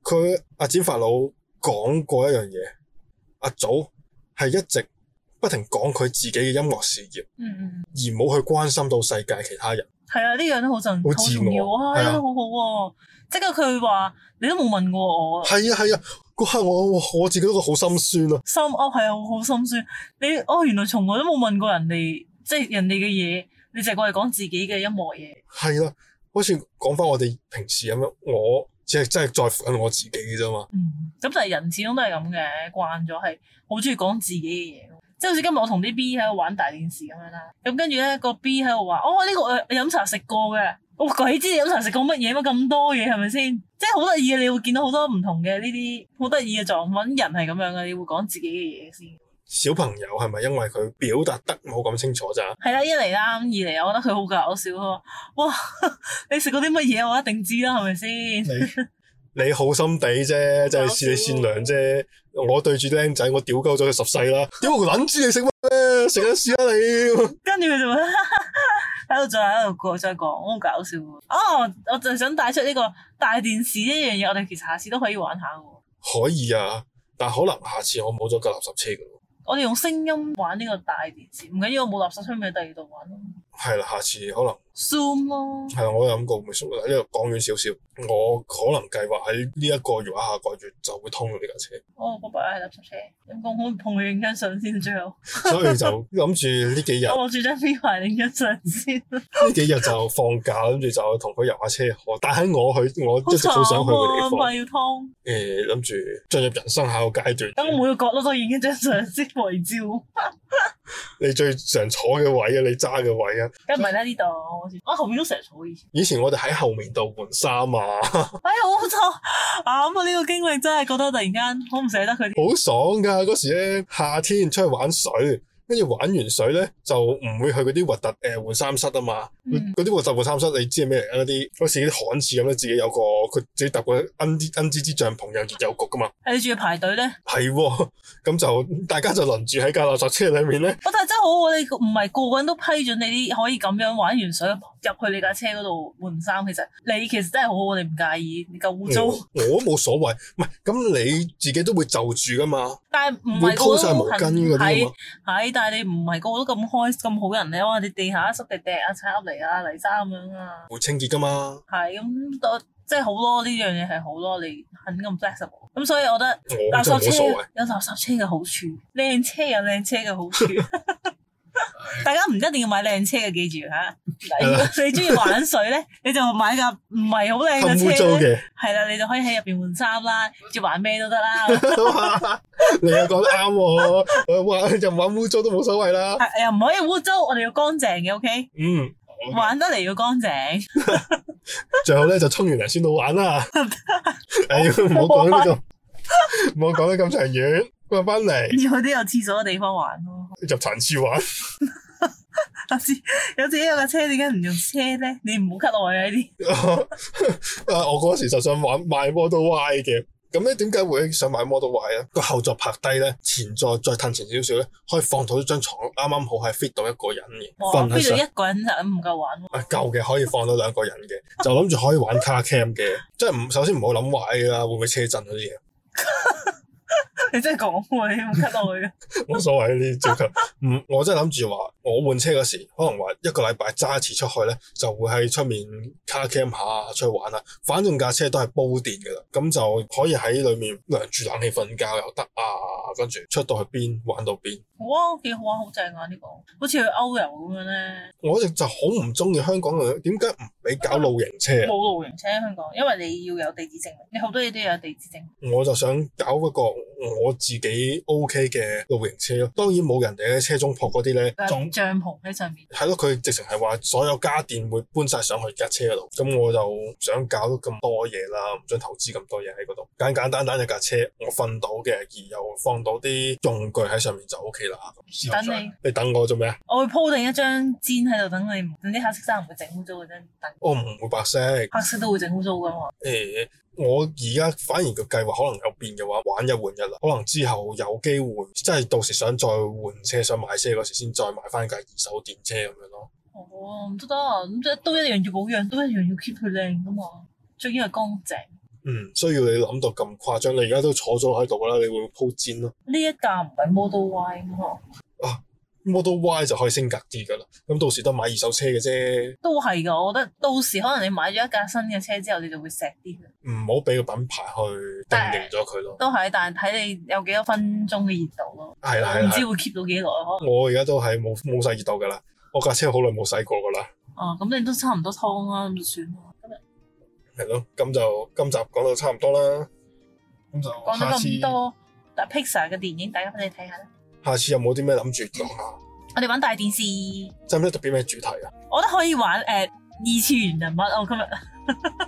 [SPEAKER 1] 佢阿展發佬講過一樣嘢，阿祖係一直不停講佢自己嘅音樂事業，
[SPEAKER 2] 嗯嗯。嗯
[SPEAKER 1] 而冇去關心到世界其他人。
[SPEAKER 2] 係啊，呢樣都好重
[SPEAKER 1] 好
[SPEAKER 2] 好
[SPEAKER 1] 自
[SPEAKER 2] 重要
[SPEAKER 1] 我
[SPEAKER 2] 啊！
[SPEAKER 1] 係啊
[SPEAKER 2] 呢個好好喎，即係佢話你都冇問過我
[SPEAKER 1] 係啊係啊，嗰刻我我我自己都好心酸啊！
[SPEAKER 2] 心 up 係啊，我好心酸。你哦，原來從來都冇問過人哋，即係人哋嘅嘢，你就係過嚟講自己嘅音樂嘢。
[SPEAKER 1] 係啦，好似講翻我哋平時咁樣，我只係真係在乎緊我自己嘅啫嘛。
[SPEAKER 2] 嗯，咁但係人始終都係咁嘅，慣咗係好中意講自己嘅嘢咯。即係好似今日我同啲 B 喺度玩大電視咁樣啦，咁跟住咧個 B 喺度話：哦呢、個我飲茶食過嘅，我鬼知你飲茶食過乜嘢嘛？咁多嘢係咪先？即係好得意嘅，你會見到好多唔同嘅呢啲好得意嘅狀況，人係咁樣嘅，你會講自己嘅嘢先。
[SPEAKER 1] 小朋友係咪因為佢表達得冇咁清楚咋？
[SPEAKER 2] 係啦，一嚟啦，咁二嚟我覺得佢好搞笑啊！哇， (laughs) 你食過啲乜嘢？我一定知啦，係咪先？
[SPEAKER 1] 你你好心地啫，即係試你善良啫。我對住啲僆仔，我屌鳩咗佢十世啦。屌佢撚知你食乜咧？食一試啦你。 (laughs)
[SPEAKER 2] 跟住佢就會 (laughs) 喺度再喺度過再講，好搞笑喎！哦，我就想帶出呢個大電視呢樣嘢，我哋其實下次都可以玩下喎。
[SPEAKER 1] 可以啊，但可能下次我冇咗架垃圾車㗎喎。
[SPEAKER 2] 我哋用聲音玩呢個大電視，唔緊要，我冇垃圾出去第二度玩咯
[SPEAKER 1] 係啦，下次可能
[SPEAKER 2] ，Zoom 咯。
[SPEAKER 1] 係啦我有諗過會唔會縮啦。呢度講遠少少，我可能計劃喺呢一個月或者下個月就會通咗呢架車。
[SPEAKER 2] 哦，嗰擺係垃圾車，咁講好同佢影張相先，最後
[SPEAKER 1] 所以就諗住呢幾日，
[SPEAKER 2] (laughs) 我攞住張 V 牌影張相先。
[SPEAKER 1] 呢幾日就放假，諗住就同佢遊下車河。但喺我去，我
[SPEAKER 2] 好
[SPEAKER 1] 一直好想去嘅地
[SPEAKER 2] 慘
[SPEAKER 1] 方
[SPEAKER 2] 啊！。要劏，
[SPEAKER 1] 誒，諗住進入人生下個階段。
[SPEAKER 2] 等我每個角落都影一張相先為照。
[SPEAKER 1] 你最常坐嘅位啊，你揸嘅位啊。
[SPEAKER 2] 梗唔係啦，呢度我先我後面都成日坐以前。
[SPEAKER 1] 以前我哋喺後面度換衫啊， (laughs)
[SPEAKER 2] 哎呀，好錯啱啊！呢個經歷真係覺得突然間好唔捨得佢啲。
[SPEAKER 1] 好爽噶！嗰時咧夏天出去玩水，跟住玩完水咧就唔會去嗰啲核突誒換衫室啊嘛。
[SPEAKER 2] 嗯
[SPEAKER 1] 嗰啲核突換衫室你知係咩嚟啊？嗰啲好似啲旱廁咁咧，自己有個佢自己搭個恩啲恩支支帳篷，有熱有焗噶嘛。
[SPEAKER 2] 誒，你仲要排隊咧？
[SPEAKER 1] 係喎， (laughs) 咁就大家就輪住喺架垃圾車裏面咧。
[SPEAKER 2] 我但係真係好喎，你唔係個個人都批准你啲可以咁樣玩完水入去你架車嗰度換衫，其實你其實真係好好，你唔介意，你夠污糟
[SPEAKER 1] 我，嗯我都冇所謂，唔係咁你自己都會就住噶嘛，
[SPEAKER 2] 但係唔
[SPEAKER 1] 會
[SPEAKER 2] 係個
[SPEAKER 1] 鋪晒毛
[SPEAKER 2] 個
[SPEAKER 1] 巾嗰啲
[SPEAKER 2] 都
[SPEAKER 1] 啊
[SPEAKER 2] 係
[SPEAKER 1] 嘛。
[SPEAKER 2] 係，但係你唔係個個都咁開咁好人咧，哇！你地下濕地滴啊、踩入嚟啊、泥沙咁樣啊，
[SPEAKER 1] 會清潔噶嘛。
[SPEAKER 2] 係咁都即係好咯，呢樣嘢係好咯，你肯咁 flexible，咁所以我覺得。
[SPEAKER 1] 我
[SPEAKER 2] 垃
[SPEAKER 1] 真
[SPEAKER 2] 圾
[SPEAKER 1] 係冇所謂
[SPEAKER 2] 車。有垃圾車嘅好處，靚車有靚車嘅好
[SPEAKER 1] (laughs)
[SPEAKER 2] 處。大家唔一定要買靚車嘅，記住吓。如果你中意玩水咧， (laughs) 你就買架唔係好靚
[SPEAKER 1] 咁污
[SPEAKER 2] 嘅
[SPEAKER 1] 糟
[SPEAKER 2] 車咧，
[SPEAKER 1] 嘅， (laughs)
[SPEAKER 2] 係啦，你就可以喺入邊換衫啦，要玩咩都得啦。
[SPEAKER 1] 你又講得啱 (laughs) 喎。話就玩污糟都冇所謂啦。
[SPEAKER 2] 係又唔可以污糟，我哋要乾淨嘅，OK？
[SPEAKER 1] 嗯，嘅。
[SPEAKER 2] 玩得嚟要乾
[SPEAKER 1] (laughs)
[SPEAKER 2] 淨，
[SPEAKER 1] 最後咧就沖完涼先到玩
[SPEAKER 2] (laughs)
[SPEAKER 1] 啦。哎呀，唔好講呢個，唔好講得咁長遠。翻翻嚟
[SPEAKER 2] 要去啲有廁所嘅地方玩咯。
[SPEAKER 1] 入殘廁玩，
[SPEAKER 2] 有自有自己有架車，點解唔用車咧？你唔好 cut 我啊！呢啲
[SPEAKER 1] (laughs) 啊我嗰時就想玩買 Model Y 嘅。咁咧點解會想買 Model Y 咧？個後座拍低咧，前座再褪前少少咧，可以放到張床，啱啱好係 fit 到一個人嘅，
[SPEAKER 2] 哇，
[SPEAKER 1] 瞓喺啊
[SPEAKER 2] 邊度
[SPEAKER 1] 上。
[SPEAKER 2] 一個人就唔夠玩喎。
[SPEAKER 1] 啊，舊嘅可以放到兩個人嘅，就諗住可以玩 car cam 嘅，即係唔首先唔好諗壞啦，會唔會車震嗰啲嘢，
[SPEAKER 2] 你真係講喎，你唔 cut 啊我嘅。
[SPEAKER 1] 冇所謂呢啲追求。唔，我真係諗住話，我換車嗰時，可能話一個禮拜揸一次出去咧，就會喺出面 car cam 下出去玩啦。反正架車都係煲電㗎啦，咁就可以喺裡面涼住冷氣瞓覺又得啊，跟住出到去邊玩到邊。
[SPEAKER 2] 好啊，幾好啊，好正啊！呢個好似去歐遊咁樣咧，
[SPEAKER 1] 我一直就好唔中意香港嘅，點解唔俾搞露營車啊？
[SPEAKER 2] 冇露營車喺香港，因為你要有地址證明，你好多嘢都要有地址證明。
[SPEAKER 1] 我就想搞一個我自己 OK 嘅露營車咯，當然冇人哋喺車中泊嗰啲咧，仲
[SPEAKER 2] 帳篷喺上面。
[SPEAKER 1] 係咯，佢直情係話所有家電會搬晒上去架車嗰度，咁我就唔想搞到咁多嘢啦，唔想投資咁多嘢喺嗰度，簡簡單單一架車，我瞓到嘅，而又放到啲用具喺上面就 OK 啦。咁
[SPEAKER 2] 等你，
[SPEAKER 1] 你等我做咩啊？
[SPEAKER 2] 我會鋪定一張氈喺度等你，等啲黑色衫唔會整污糟嗰張凳，
[SPEAKER 1] 我唔會白色，誒、
[SPEAKER 2] 黑色都會整污糟噶嘛。
[SPEAKER 1] 我而家反而個計劃可能有變嘅話，玩一換一啦。可能之後有機會，即係到時想再換車、想買車嗰時，先再買翻架二手電車咁樣咯。
[SPEAKER 2] 哦，唔得得，咁即係都一樣要保養，都一樣要 keep 佢靚噶嘛。最緊要係乾淨。
[SPEAKER 1] 嗯，需要你諗到咁誇張，你而家都坐咗喺度啦，你會唔會鋪氈咯
[SPEAKER 2] 呢一架唔係 Model Y 嘛，
[SPEAKER 1] ？Model Y 就可以升格啲噶啦。咁到時都買二手車嘅啫，
[SPEAKER 2] 都係噶。我覺得到時可能你買咗一架新嘅車之後，你就會錫啲佢。
[SPEAKER 1] 唔好俾個品牌去定型咗佢咯。
[SPEAKER 2] 都係，但係睇你有幾多分鐘嘅熱度咯，
[SPEAKER 1] 係啦係
[SPEAKER 2] 唔
[SPEAKER 1] 啦，
[SPEAKER 2] 知會 keep 到幾耐可能。
[SPEAKER 1] 我而家都係冇冇晒熱度噶啦，我架車好耐冇洗過噶啦。
[SPEAKER 2] 哦，咁你都差唔多湯啦，咁就算啦。今日
[SPEAKER 1] 係咯，咁就今集講到差唔多啦。咁就
[SPEAKER 2] 講
[SPEAKER 1] 下
[SPEAKER 2] 咗
[SPEAKER 1] 次
[SPEAKER 2] 咁多，但 Pixar 嘅電影大家快啲睇下啦。
[SPEAKER 1] 下次有冇啲咩諗住講啊？
[SPEAKER 2] 我哋玩大電視，
[SPEAKER 1] 使唔使特別咩主題啊？
[SPEAKER 2] 我覺得可以玩誒、呃二次元人物。我今日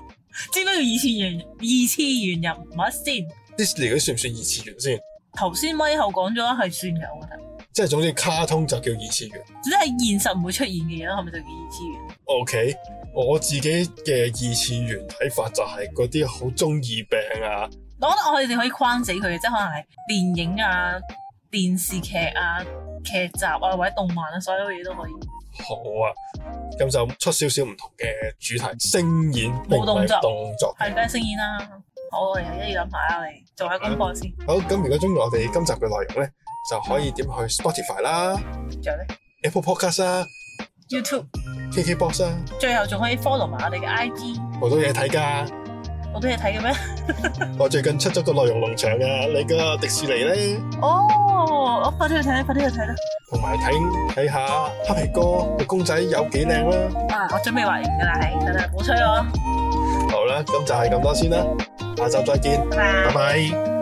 [SPEAKER 2] (laughs) 知唔知叫二次元二次元人物先？
[SPEAKER 1] Disney 嗰啲算唔算二次元先？
[SPEAKER 2] 頭先咪後講咗係算有嘅，
[SPEAKER 1] 即係總之卡通就叫二次元。
[SPEAKER 2] 即係現實唔會出現嘅嘢咯，係咪就叫二次元？
[SPEAKER 1] OK，我自己嘅二次元睇法就係嗰啲好中二病啊，
[SPEAKER 2] 我覺得我哋可以框死佢嘅，即係可能係電影啊、電視劇啊、劇集啊或者動漫啊，所有嘢都可以。
[SPEAKER 1] 好啊，咁就出少少唔同嘅主題，聲演並唔
[SPEAKER 2] 冇動作
[SPEAKER 1] 係動作。
[SPEAKER 2] 係梗係聲演啦，好，我哋一要諗下啦，你做下功課先。
[SPEAKER 1] 好，咁如果中意我哋今集嘅內容呢，就可以點去 Spotify 啦、
[SPEAKER 2] 仲有咧
[SPEAKER 1] Apple Podcast 啦、
[SPEAKER 2] YouTube，
[SPEAKER 1] KKBox 啦，
[SPEAKER 2] 最後仲可以 follow 埋我哋嘅 IG，
[SPEAKER 1] 好多嘢睇㗎。
[SPEAKER 2] 好多嘢睇嘅咩？
[SPEAKER 1] 我最近出咗個內容農場啊，你個迪士尼呢？
[SPEAKER 2] 哦，我快啲去睇啦，快啲去睇啦。
[SPEAKER 1] 同埋睇睇下黑皮哥個公仔有幾靚啦。
[SPEAKER 2] 啊，我準備畫完㗎啦，係，得啦，唔好催我，
[SPEAKER 1] 好啦，咁就係咁多先啦，下集再見，
[SPEAKER 2] 拜
[SPEAKER 1] 拜。
[SPEAKER 2] 拜
[SPEAKER 1] 拜。